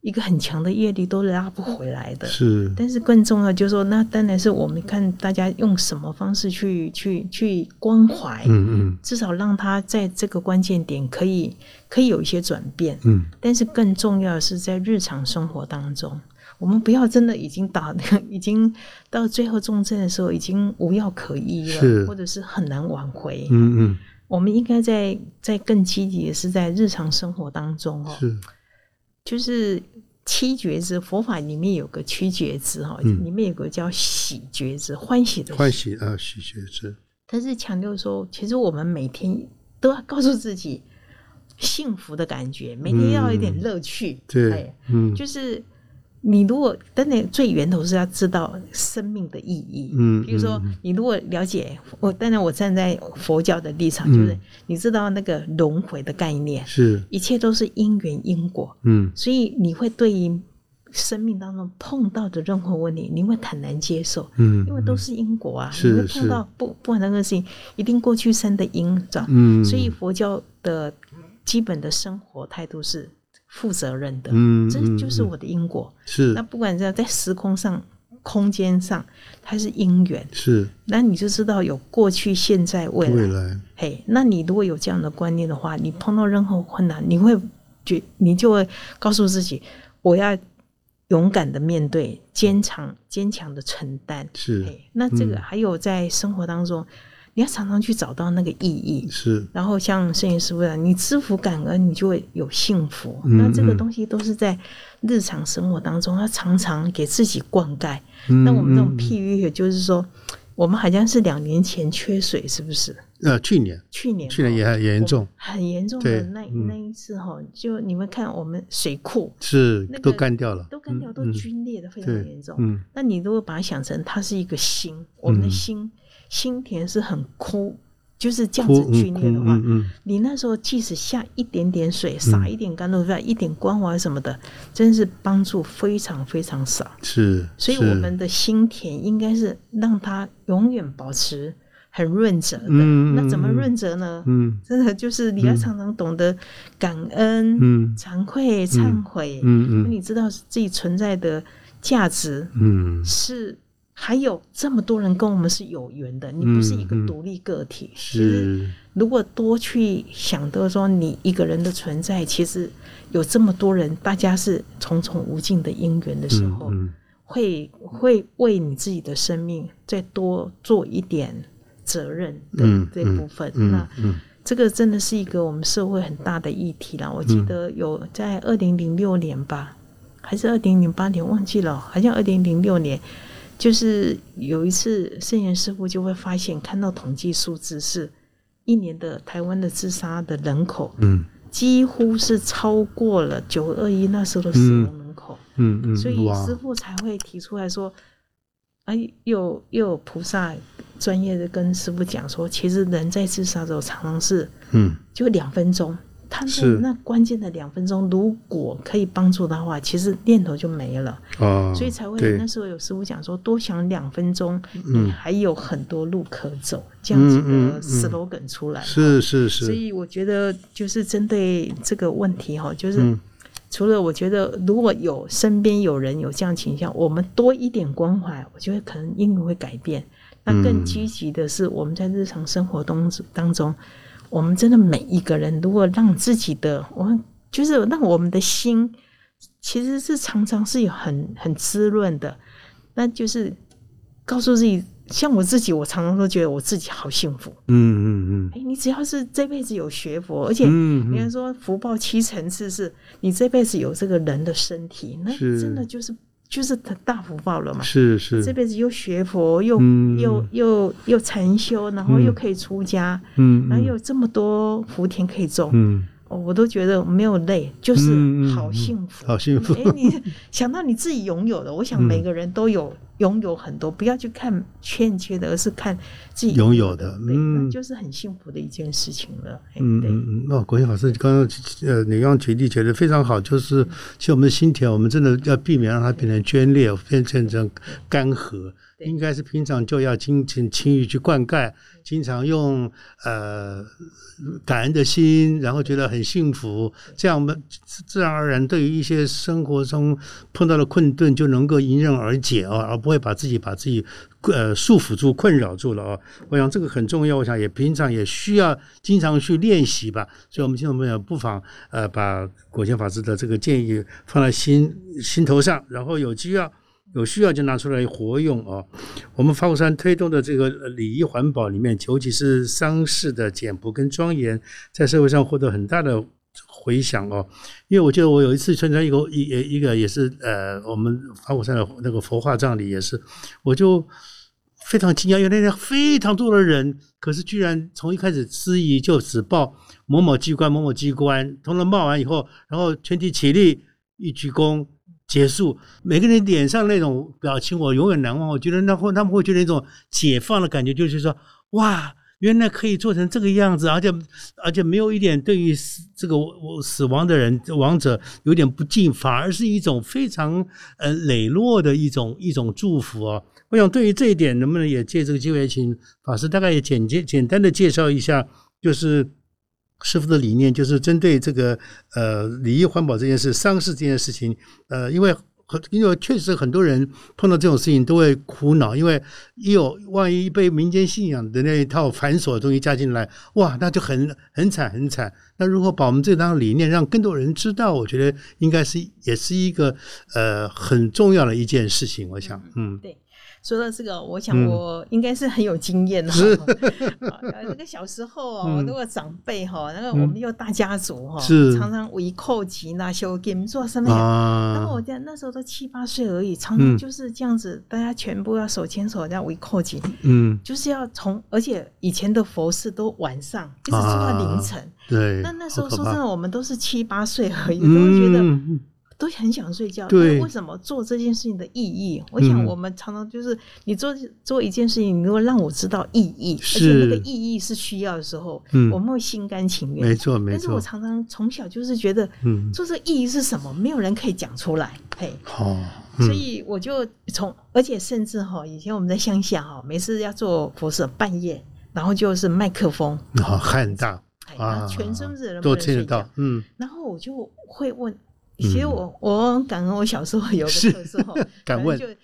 [SPEAKER 2] 一个很强的业力都拉不回来的。
[SPEAKER 1] 是
[SPEAKER 2] 但是更重要就是说，那当然是我们看大家用什么方式去去去关怀，
[SPEAKER 1] 嗯嗯
[SPEAKER 2] 至少让他在这个关键点可以可以有一些转变。
[SPEAKER 1] 嗯
[SPEAKER 2] 但是更重要的是，在日常生活当中，我们不要真的已经打， [laughs] 已经到最后重症的时候，已经无药可医
[SPEAKER 1] 是
[SPEAKER 2] 了，或者是很难挽回。
[SPEAKER 1] 嗯嗯
[SPEAKER 2] 我们应该在在更积极的是在日常生活当中哦，
[SPEAKER 1] 是
[SPEAKER 2] 就是七觉知，佛法里面有个七觉知哈、哦，
[SPEAKER 1] 嗯
[SPEAKER 2] 里面有个叫喜觉知，欢喜的
[SPEAKER 1] 欢。喜啊，喜觉知，
[SPEAKER 2] 但是强调说，其实我们每天都要告诉自己幸福的感觉，每天要有一点
[SPEAKER 1] 嗯
[SPEAKER 2] 乐趣。
[SPEAKER 1] 对
[SPEAKER 2] 哎，
[SPEAKER 1] 嗯
[SPEAKER 2] 就是你如果真的最源头是要知道生命的意义，
[SPEAKER 1] 嗯
[SPEAKER 2] 比如说
[SPEAKER 1] 嗯
[SPEAKER 2] 你如果了解我，当然我站在佛教的立场，
[SPEAKER 1] 嗯
[SPEAKER 2] 就是你知道那个轮回的概念，
[SPEAKER 1] 是
[SPEAKER 2] 一切都是因缘因果，
[SPEAKER 1] 嗯
[SPEAKER 2] 所以你会对于生命当中碰到的任何问题，你会坦然接受。
[SPEAKER 1] 嗯，
[SPEAKER 2] 因为都是因果啊，
[SPEAKER 1] 是
[SPEAKER 2] 你会
[SPEAKER 1] 是
[SPEAKER 2] 碰到不不管那个事情，一定过去生的因转，
[SPEAKER 1] 嗯，
[SPEAKER 2] 所以佛教的基本的生活态度是负责任的，
[SPEAKER 1] 嗯
[SPEAKER 2] 这
[SPEAKER 1] 嗯
[SPEAKER 2] 就是
[SPEAKER 1] 嗯
[SPEAKER 2] 我的因果。
[SPEAKER 1] 是
[SPEAKER 2] 那不管是在时空上、空间上，它是因缘，
[SPEAKER 1] 是
[SPEAKER 2] 那你就知道有过去、现在、未
[SPEAKER 1] 未
[SPEAKER 2] 来。
[SPEAKER 1] 来
[SPEAKER 2] 嘿，那你如果有这样的观念的话，你碰到任何困难，你会觉你就会告诉自己，我要勇敢的面对，坚强坚强的承担。
[SPEAKER 1] 是
[SPEAKER 2] 嘿，那这个
[SPEAKER 1] 嗯
[SPEAKER 2] 还有在生活当中，你要常常去找到那个意义。
[SPEAKER 1] 是
[SPEAKER 2] 然后像摄影师傅讲，你知福感恩，你就会有幸福。
[SPEAKER 1] 嗯
[SPEAKER 2] 那这个
[SPEAKER 1] 嗯
[SPEAKER 2] 东西都是在日常生活当中，要常常给自己灌溉。
[SPEAKER 1] 嗯
[SPEAKER 2] 那我们这种
[SPEAKER 1] 嗯
[SPEAKER 2] 譬喻，也就是说，我们好像是两年前缺水，是不是？
[SPEAKER 1] 呃，去年
[SPEAKER 2] 去年
[SPEAKER 1] 去年也
[SPEAKER 2] 哦
[SPEAKER 1] 很严重，
[SPEAKER 2] 很严重
[SPEAKER 1] 对
[SPEAKER 2] 的那
[SPEAKER 1] 嗯
[SPEAKER 2] 那一次哈，就你们看我们水库
[SPEAKER 1] 是
[SPEAKER 2] 那
[SPEAKER 1] 都
[SPEAKER 2] 个
[SPEAKER 1] 干掉了，
[SPEAKER 2] 都干掉，
[SPEAKER 1] 嗯
[SPEAKER 2] 都
[SPEAKER 1] 嗯
[SPEAKER 2] 皲裂的非常
[SPEAKER 1] 对
[SPEAKER 2] 严重。
[SPEAKER 1] 嗯
[SPEAKER 2] 那你如果把它想成它是一个心，我们的
[SPEAKER 1] 嗯
[SPEAKER 2] 心心田是很枯，就是这样子
[SPEAKER 1] 哭
[SPEAKER 2] 皲
[SPEAKER 1] 嗯哭
[SPEAKER 2] 裂的话，
[SPEAKER 1] 嗯嗯
[SPEAKER 2] 你那时候即使下一点点水，撒一点甘露水，一点关怀什么的，真是帮助非常非常少。
[SPEAKER 1] 是，
[SPEAKER 2] 所以
[SPEAKER 1] 是
[SPEAKER 2] 我们的心田应该是让它永远保持很润泽的。
[SPEAKER 1] 嗯嗯
[SPEAKER 2] 那怎么
[SPEAKER 1] 嗯
[SPEAKER 2] 润泽呢？
[SPEAKER 1] 嗯
[SPEAKER 2] 真的就是你要常常懂得感恩、
[SPEAKER 1] 嗯
[SPEAKER 2] 惭愧、忏悔，
[SPEAKER 1] 嗯
[SPEAKER 2] 那
[SPEAKER 1] 嗯
[SPEAKER 2] 你知道自己存在的价值
[SPEAKER 1] 嗯
[SPEAKER 2] 是。还有这么多人跟我们是有缘的，你不是一个
[SPEAKER 1] 嗯嗯
[SPEAKER 2] 独立个体，其实
[SPEAKER 1] 是
[SPEAKER 2] 如果多去想到说你一个人的存在，其实有这么多人，大家是重重无尽的因缘的时
[SPEAKER 1] 嗯
[SPEAKER 2] 候，
[SPEAKER 1] 嗯
[SPEAKER 2] 会会为你自己的生命再多做一点责任的
[SPEAKER 1] 嗯
[SPEAKER 2] 这部分。
[SPEAKER 1] 嗯
[SPEAKER 2] 哦那
[SPEAKER 1] 嗯
[SPEAKER 2] 这个真的是一个我们社会很大的议题啦。我记
[SPEAKER 1] 嗯
[SPEAKER 2] 得有在二零零六年吧，还是二零零八年，忘记了，好像二零零六年。就是有一次，圣严师傅就会发现，看到统计数字是一年的台湾的自杀的人口
[SPEAKER 1] 嗯
[SPEAKER 2] 几乎是超过了九二一那时候的死亡人口，
[SPEAKER 1] 嗯嗯，
[SPEAKER 2] 所以
[SPEAKER 1] 哇
[SPEAKER 2] 师傅才会提出来说，哎，又又有菩萨专业的跟师傅讲说，其实人在自杀的时候常常是
[SPEAKER 1] 嗯
[SPEAKER 2] 就两分钟，他在
[SPEAKER 1] 是
[SPEAKER 2] 那关键的两分钟，如果可以帮助他的话，其实念头就没了，
[SPEAKER 1] 哦，
[SPEAKER 2] 所以才会
[SPEAKER 1] 对
[SPEAKER 2] 那时候有师傅讲说，多想两分钟，
[SPEAKER 1] 嗯
[SPEAKER 2] 你还有很多路可走，这样子
[SPEAKER 1] 嗯嗯嗯
[SPEAKER 2] 的 slogan 出来。
[SPEAKER 1] 是是
[SPEAKER 2] 所
[SPEAKER 1] 是，
[SPEAKER 2] 以我觉得就是针对这个问题哈，就是
[SPEAKER 1] 嗯
[SPEAKER 2] 除了我觉得如果有身边有人有这样倾向，我们多一点关怀，我觉得可能英语会改变。那更
[SPEAKER 1] 嗯
[SPEAKER 2] 积极的是，我们在日常生活当当中，我们真的每一个人，如果让自己的我们就是让我们的心，其实是常常是有很很滋润的，那就是告诉自己，像我自己，我常常都觉得我自己好幸福。
[SPEAKER 1] 嗯嗯嗯
[SPEAKER 2] 哎，你只要是这辈子有学佛，而且
[SPEAKER 1] 嗯
[SPEAKER 2] 人家
[SPEAKER 1] 嗯
[SPEAKER 2] 说福报七层次是，你这辈子有这个人的身体，那
[SPEAKER 1] 是
[SPEAKER 2] 真的就是就是大福报了嘛。
[SPEAKER 1] 是是
[SPEAKER 2] 哎这辈子又学佛，又、
[SPEAKER 1] 嗯
[SPEAKER 2] 又又又禅修，然后
[SPEAKER 1] 嗯
[SPEAKER 2] 又可以出家，
[SPEAKER 1] 嗯
[SPEAKER 2] 然后
[SPEAKER 1] 嗯
[SPEAKER 2] 又有这么多福田可以种，
[SPEAKER 1] 嗯
[SPEAKER 2] 哦我都觉得没有累，就是
[SPEAKER 1] 嗯嗯嗯
[SPEAKER 2] 好幸
[SPEAKER 1] [laughs]
[SPEAKER 2] 福。
[SPEAKER 1] 好幸福嗯
[SPEAKER 2] 哎，你想到你自己拥有的，我想每个人都有拥有很多，不要去看欠缺的，而是看自己
[SPEAKER 1] 拥有的
[SPEAKER 2] 对，
[SPEAKER 1] 嗯
[SPEAKER 2] 那就是很幸福的一件事情了。哎
[SPEAKER 1] 嗯
[SPEAKER 2] 对，
[SPEAKER 1] 嗯嗯，那、国庆法师刚刚呃，你让举例觉得非常好，就是其实我们的心田，我们真的要避免让它变成皲裂，变变成干涸，
[SPEAKER 2] 对
[SPEAKER 1] 应该是平常就要经常轻易去灌溉，经常用呃感恩的心，然后觉得很幸福，这样我们自自然而然对于一些生活中碰到的困顿就能够迎刃而解哦，而不会把自己把自己呃束缚住、困扰住了哦。我想这个很重要，我想也平常也需要经常去练习吧。所以，我们听众朋友不妨呃把果贤法师的这个建议放在心心头上，然后有需要。有需要就拿出来活用哦。我们法鼓山推动的这个呃礼仪环保里面，尤其是丧事的简朴跟庄严，在社会上获得很大的回响哦。因为我记得我有一次参加一个一一一个也是呃，我们法鼓山的那个佛化葬礼也是，我就非常惊讶，因为那天非常多的人，可是居然从一开始司仪就只报某某机关某某机关，通通报完以后，然后全体起立一鞠躬。结束，每个人脸上那种表情我永远难忘。我觉得那会他们会觉得一种解放的感觉，就是说，哇，原来可以做成这个样子，而且而且没有一点对于死这个我死亡的人亡者有点不敬，反而是一种非常呃磊落的一种一种祝福哦。我想对于这一点，能不能也借这个机会，请法师大概也简介简单的介绍一下，就是师傅的理念，就是针对这个呃礼仪环保这件事、丧事这件事情，呃，因为很因为确实很多人碰到这种事情都会苦恼，因为一有万一被民间信仰的那一套繁琐的东西加进来，哇，那就很很惨很惨。那如何把我们这张理念让更多人知道，我觉得应该是也是一个呃很重要的一件事情。我想，嗯
[SPEAKER 2] 说到这个，我想
[SPEAKER 1] 嗯
[SPEAKER 2] 我应该是很有经验的、
[SPEAKER 1] 是
[SPEAKER 2] 哦。 [laughs] 呃那个小时候哦，
[SPEAKER 1] 嗯
[SPEAKER 2] 那个长辈哈、那个我们又大家族哈、
[SPEAKER 1] 是
[SPEAKER 2] 常常围扣集那修给我们做什么呀？然后
[SPEAKER 1] 啊
[SPEAKER 2] 我，在那时候都七八岁而已，常
[SPEAKER 1] 嗯
[SPEAKER 2] 常就是这样子，大家全部要手牵手在围扣紧，
[SPEAKER 1] 嗯，
[SPEAKER 2] 就是要从，而且以前的佛事都晚上一直做到凌晨。
[SPEAKER 1] 对。
[SPEAKER 2] 那那时候
[SPEAKER 1] 啊好可
[SPEAKER 2] 说
[SPEAKER 1] 怕
[SPEAKER 2] 真的，我们都是七八岁而已，都会觉得
[SPEAKER 1] 嗯，
[SPEAKER 2] 都很想睡觉。
[SPEAKER 1] 对
[SPEAKER 2] 那为什么做这件事情的意义？我想
[SPEAKER 1] 嗯
[SPEAKER 2] 我们常常就是你做做一件事情，你如果让我知道意义，而且
[SPEAKER 1] 是
[SPEAKER 2] 那个意义是需要的时候，
[SPEAKER 1] 嗯
[SPEAKER 2] 我们会心甘情
[SPEAKER 1] 没
[SPEAKER 2] 愿。
[SPEAKER 1] 错没
[SPEAKER 2] 但是
[SPEAKER 1] 错
[SPEAKER 2] 我，常常从小就是觉得，
[SPEAKER 1] 嗯，
[SPEAKER 2] 做这个意义是什么，没有人可以讲出来。嘿，
[SPEAKER 1] 好，嗯
[SPEAKER 2] 所以我就从，而且甚至哈，以前我们在乡下哈，每次要做佛事，半夜，然后就是麦克风，
[SPEAKER 1] 好汉大
[SPEAKER 2] 哎然
[SPEAKER 1] 啊，
[SPEAKER 2] 后全村子的人不
[SPEAKER 1] 都
[SPEAKER 2] 能
[SPEAKER 1] 听得
[SPEAKER 2] 睡觉
[SPEAKER 1] 到，，嗯，
[SPEAKER 2] 然后我就会问，其实我、我很感恩我小时候有个
[SPEAKER 1] 是 [laughs]
[SPEAKER 2] 特色哈，
[SPEAKER 1] 敢问
[SPEAKER 2] 可能就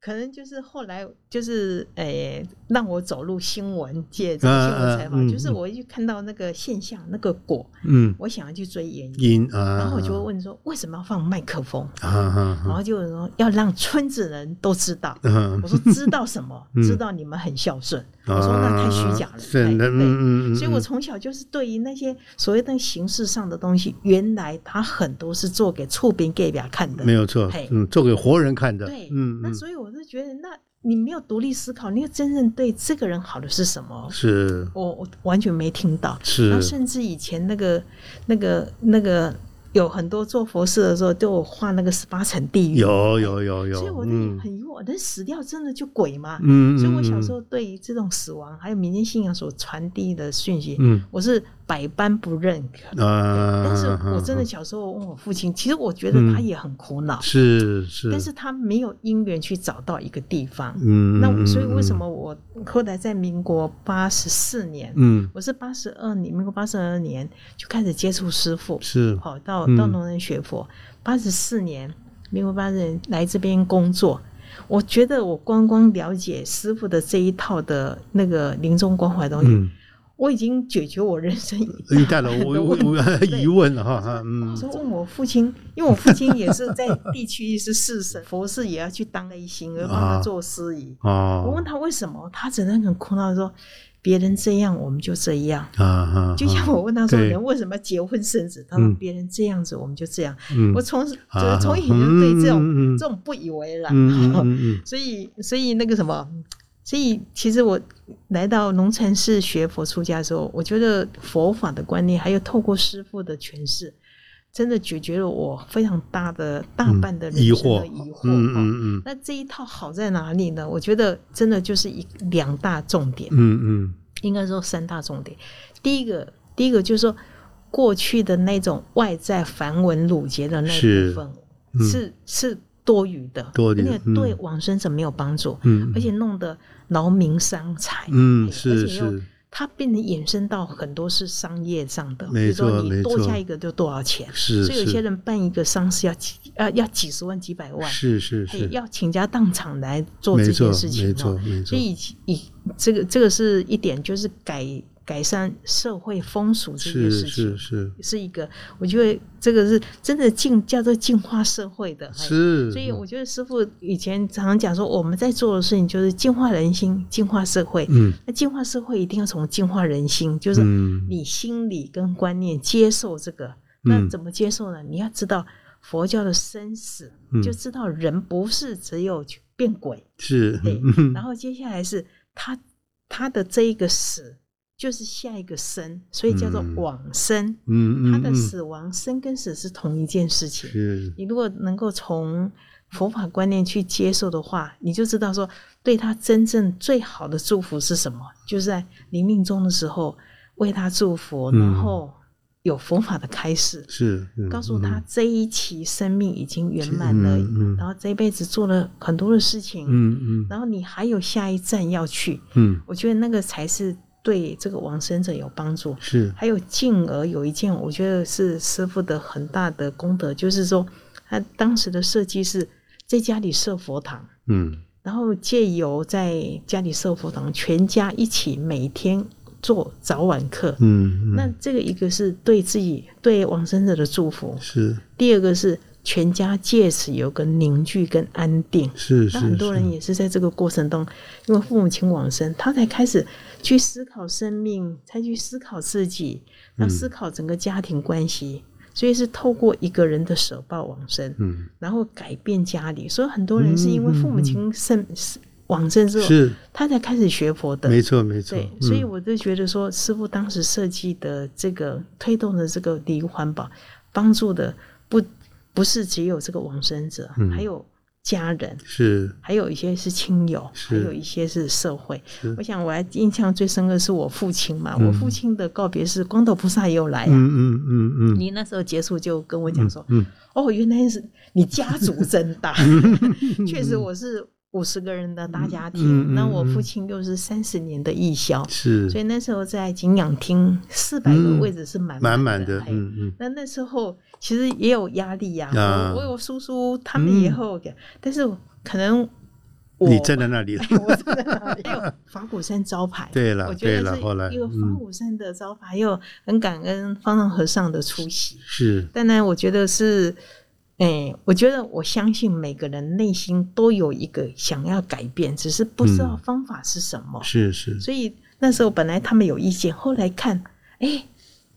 [SPEAKER 2] 可能就是后来就是诶、让我走入新闻界这个新闻采访，
[SPEAKER 1] 嗯嗯嗯
[SPEAKER 2] 就是我一去看到那个现象那个果，
[SPEAKER 1] 嗯，
[SPEAKER 2] 我想要去追研究，
[SPEAKER 1] 音啊，
[SPEAKER 2] 然后我就会问说为什么要放麦克风？
[SPEAKER 1] 啊啊
[SPEAKER 2] 然
[SPEAKER 1] 啊，
[SPEAKER 2] 后就有人说要让村子人都知道。
[SPEAKER 1] 嗯
[SPEAKER 2] 我，说知道什么？
[SPEAKER 1] 嗯
[SPEAKER 2] [laughs] 知道你们很孝顺。我说那太虚假了。
[SPEAKER 1] 真的，
[SPEAKER 2] 哎
[SPEAKER 1] 嗯
[SPEAKER 2] 对
[SPEAKER 1] 嗯嗯，
[SPEAKER 2] 所以我从小就是对于那些所谓的形式上的东西，原来它很多是做给触屏给表看的。
[SPEAKER 1] 没有错
[SPEAKER 2] 嘿，
[SPEAKER 1] 嗯，做给活人看的，
[SPEAKER 2] 对，
[SPEAKER 1] 嗯
[SPEAKER 2] 那
[SPEAKER 1] 嗯，
[SPEAKER 2] 所以我就觉得，那你没有独立思考，你要真正对这个人好的是什么？
[SPEAKER 1] 是
[SPEAKER 2] 我我完全没听到。然后
[SPEAKER 1] 是，
[SPEAKER 2] 甚至以前那个那个那个有很多做佛事的时候，对我画那个十八层地狱，
[SPEAKER 1] 有有有有，
[SPEAKER 2] 哎所以我就
[SPEAKER 1] 嗯
[SPEAKER 2] 很疑惑，人死掉真的就鬼吗？
[SPEAKER 1] 嗯，
[SPEAKER 2] 所以我小时候对于这种死亡还有民间信仰所传递的讯息，
[SPEAKER 1] 嗯，
[SPEAKER 2] 我是百般不认可。
[SPEAKER 1] 嗯啊，
[SPEAKER 2] 但是我真的小时候问我父亲，其实我觉得他也很苦恼，
[SPEAKER 1] 是是，
[SPEAKER 2] 但是他没有因缘去找到一个地方。
[SPEAKER 1] 嗯，
[SPEAKER 2] 那我所以为什
[SPEAKER 1] 么，
[SPEAKER 2] 么我后来在民国八十四年，
[SPEAKER 1] 嗯，
[SPEAKER 2] 我是八十二年，民国八十二年就开始接触师傅，
[SPEAKER 1] 是
[SPEAKER 2] 好哦到
[SPEAKER 1] 嗯
[SPEAKER 2] 到农人学佛，八十四年，民国八十年来这边工作。我觉得我光光了解师傅的这一套的那个临终关怀的东西，
[SPEAKER 1] 嗯，哎
[SPEAKER 2] 我已经解决我人生
[SPEAKER 1] 你嗯
[SPEAKER 2] [laughs]
[SPEAKER 1] 带了我我我 [laughs] 疑问了哈哈，
[SPEAKER 2] 我
[SPEAKER 1] 嗯，
[SPEAKER 2] 说问我父亲，因为我父亲也是在地区是士绅，佛事也要去当一行，而帮他做司仪。
[SPEAKER 1] 啊哦，
[SPEAKER 2] 我问他为什么，他只能很苦恼地说：“别人这样，我们就这样。
[SPEAKER 1] 啊啊，”
[SPEAKER 2] 就像我问他说：“
[SPEAKER 1] 对
[SPEAKER 2] 人为什么结婚生子？”他说
[SPEAKER 1] 嗯：“
[SPEAKER 2] 别人这样子，我们就这样。”
[SPEAKER 1] 嗯
[SPEAKER 2] 我从就
[SPEAKER 1] 啊
[SPEAKER 2] 是从以前就对这
[SPEAKER 1] 嗯嗯嗯
[SPEAKER 2] 种这种不以为然。
[SPEAKER 1] 嗯嗯嗯
[SPEAKER 2] 所以，所以那个什么，所以其实我来到农禅寺学佛出家的时候，我觉得佛法的观念，还有透过师父的诠释，真的解决了我非常大的 [laughs] 大半的人
[SPEAKER 1] 嗯疑
[SPEAKER 2] 生
[SPEAKER 1] 惑
[SPEAKER 2] 的疑惑。
[SPEAKER 1] 嗯
[SPEAKER 2] 哈
[SPEAKER 1] 嗯嗯
[SPEAKER 2] 那这一套好在哪里呢？我觉得真的就是一两大重点，
[SPEAKER 1] 嗯嗯，
[SPEAKER 2] 应该说三大重点。第一个，第一个就是说过去的那种外在繁文缛节的那
[SPEAKER 1] 是嗯
[SPEAKER 2] 部分是是多余的，
[SPEAKER 1] 多余
[SPEAKER 2] 那
[SPEAKER 1] 嗯
[SPEAKER 2] 个对往生者没有帮助，
[SPEAKER 1] 嗯
[SPEAKER 2] 而且弄得劳民伤财。
[SPEAKER 1] 嗯
[SPEAKER 2] 哎
[SPEAKER 1] 是
[SPEAKER 2] 而且又
[SPEAKER 1] 是
[SPEAKER 2] 它变得衍生到很多是商业上的，
[SPEAKER 1] 没错
[SPEAKER 2] 比如说
[SPEAKER 1] 没
[SPEAKER 2] 你多
[SPEAKER 1] 错
[SPEAKER 2] 加一个就多少钱，
[SPEAKER 1] 是
[SPEAKER 2] 所以有
[SPEAKER 1] 是
[SPEAKER 2] 些人办一个丧事要几呃要几十万几百万，
[SPEAKER 1] 是是
[SPEAKER 2] 嘿
[SPEAKER 1] 是，
[SPEAKER 2] 要倾家荡产来做
[SPEAKER 1] 没
[SPEAKER 2] 这
[SPEAKER 1] 错
[SPEAKER 2] 件事情
[SPEAKER 1] 没
[SPEAKER 2] 哦
[SPEAKER 1] 错没错，
[SPEAKER 2] 所以以以这个这个是一点，就是改改善社会风俗这
[SPEAKER 1] 是
[SPEAKER 2] 件事
[SPEAKER 1] 是
[SPEAKER 2] 情。
[SPEAKER 1] 是
[SPEAKER 2] 是一个，我觉得这个是真的进叫做进化社会的，嘿
[SPEAKER 1] 是，嗯
[SPEAKER 2] 所以我觉得师傅以前常常讲说，我们在做的事情就是净化人心、净化社会。
[SPEAKER 1] 嗯
[SPEAKER 2] 那净化社会一定要从净化人心，就是
[SPEAKER 1] 嗯
[SPEAKER 2] 你心理跟观念接受这个。那怎么接受呢？你要知道佛教的生死，
[SPEAKER 1] 嗯
[SPEAKER 2] 就知道人不是只有去变鬼，
[SPEAKER 1] 是
[SPEAKER 2] 对
[SPEAKER 1] [laughs] 嗯
[SPEAKER 2] 然后接下来是他他的这一个死，就是下一个生，所以叫做
[SPEAKER 1] 嗯
[SPEAKER 2] 往生。
[SPEAKER 1] 嗯
[SPEAKER 2] 他
[SPEAKER 1] 嗯
[SPEAKER 2] 的
[SPEAKER 1] 嗯
[SPEAKER 2] 死亡生跟死是同一件事情。
[SPEAKER 1] 是
[SPEAKER 2] 你如果能够从佛法观念去接受的话，你就知道说，对他真正最好的祝福是什么，就是在临命终的时候为他祝福，
[SPEAKER 1] 嗯
[SPEAKER 2] 然后有佛法的开示，
[SPEAKER 1] 是嗯
[SPEAKER 2] 告诉
[SPEAKER 1] 嗯
[SPEAKER 2] 他这一期生命已经圆满了，
[SPEAKER 1] 嗯嗯
[SPEAKER 2] 然后这一辈子做了很多的事情，
[SPEAKER 1] 嗯嗯
[SPEAKER 2] 然后你还有下一站要去，
[SPEAKER 1] 嗯
[SPEAKER 2] 我觉得那个才是对这个往生者有帮助。
[SPEAKER 1] 是
[SPEAKER 2] 还有进而有一件，我觉得是师傅的很大的功德，就是说他当时的设计是在家里设佛堂，
[SPEAKER 1] 嗯
[SPEAKER 2] 然后借由在家里设佛堂，全家一起每天做早晚课。
[SPEAKER 1] 嗯
[SPEAKER 2] 那
[SPEAKER 1] 嗯
[SPEAKER 2] 这个一个是对自己对往生者的祝福，
[SPEAKER 1] 是
[SPEAKER 2] 第二个是全家借此有个凝聚跟安定。
[SPEAKER 1] 是是
[SPEAKER 2] 那很多
[SPEAKER 1] 是
[SPEAKER 2] 人也是在这个过程中，因为父母亲往生，他才开始去思考生命，才去思考自己，
[SPEAKER 1] 嗯
[SPEAKER 2] 要思考整个家庭关系，所以是透过一个人的舍报往生，
[SPEAKER 1] 嗯
[SPEAKER 2] 然后改变家里。所以很多人是因为父母亲生往生之后，
[SPEAKER 1] 是
[SPEAKER 2] 他才开始学佛的。
[SPEAKER 1] 没错没错
[SPEAKER 2] 对，，所以
[SPEAKER 1] 嗯
[SPEAKER 2] 我就觉得说，师傅当时设计的这个推动的这个礼仪环保，帮助的不不是只有这个往生者，
[SPEAKER 1] 嗯
[SPEAKER 2] 还有家人，
[SPEAKER 1] 是
[SPEAKER 2] 还有一些是亲友，还
[SPEAKER 1] 是
[SPEAKER 2] 有一些是社会。我想我还印象最深刻是我父亲嘛，我父亲的告别是光头菩萨也有来啊。
[SPEAKER 1] 嗯嗯嗯嗯
[SPEAKER 2] 你那时候结束就跟我讲说，
[SPEAKER 1] 嗯
[SPEAKER 2] 哦，原来是你家族真大， [laughs] 确实我是五十个人的大家
[SPEAKER 1] 嗯嗯
[SPEAKER 2] 庭，那、我
[SPEAKER 1] 嗯
[SPEAKER 2] 父亲又是三十年的义消，
[SPEAKER 1] 是
[SPEAKER 2] 所以那时候在景仰厅四百个
[SPEAKER 1] 嗯
[SPEAKER 2] 位置是满
[SPEAKER 1] 满满
[SPEAKER 2] 满
[SPEAKER 1] 的
[SPEAKER 2] 哎
[SPEAKER 1] 嗯嗯
[SPEAKER 2] 那那时候其实也有压力呀、
[SPEAKER 1] 啊嗯
[SPEAKER 2] 我我有叔叔，他们也会有给，但是可能我
[SPEAKER 1] 你站在那里
[SPEAKER 2] 我真
[SPEAKER 1] [laughs]
[SPEAKER 2] 的还有法鼓山招牌。
[SPEAKER 1] 对了
[SPEAKER 2] 我觉
[SPEAKER 1] 对了
[SPEAKER 2] 得
[SPEAKER 1] 后来
[SPEAKER 2] 是一个法
[SPEAKER 1] 嗯
[SPEAKER 2] 鼓山的招牌，又很感恩方丈和尚的出席。
[SPEAKER 1] 是
[SPEAKER 2] 当然，我觉得是，哎、我觉得我相信每个人内心都有一个想要改变，只是不知道方法是什么。
[SPEAKER 1] 是是
[SPEAKER 2] 所以那时候本来他们有意见，后来看，哎、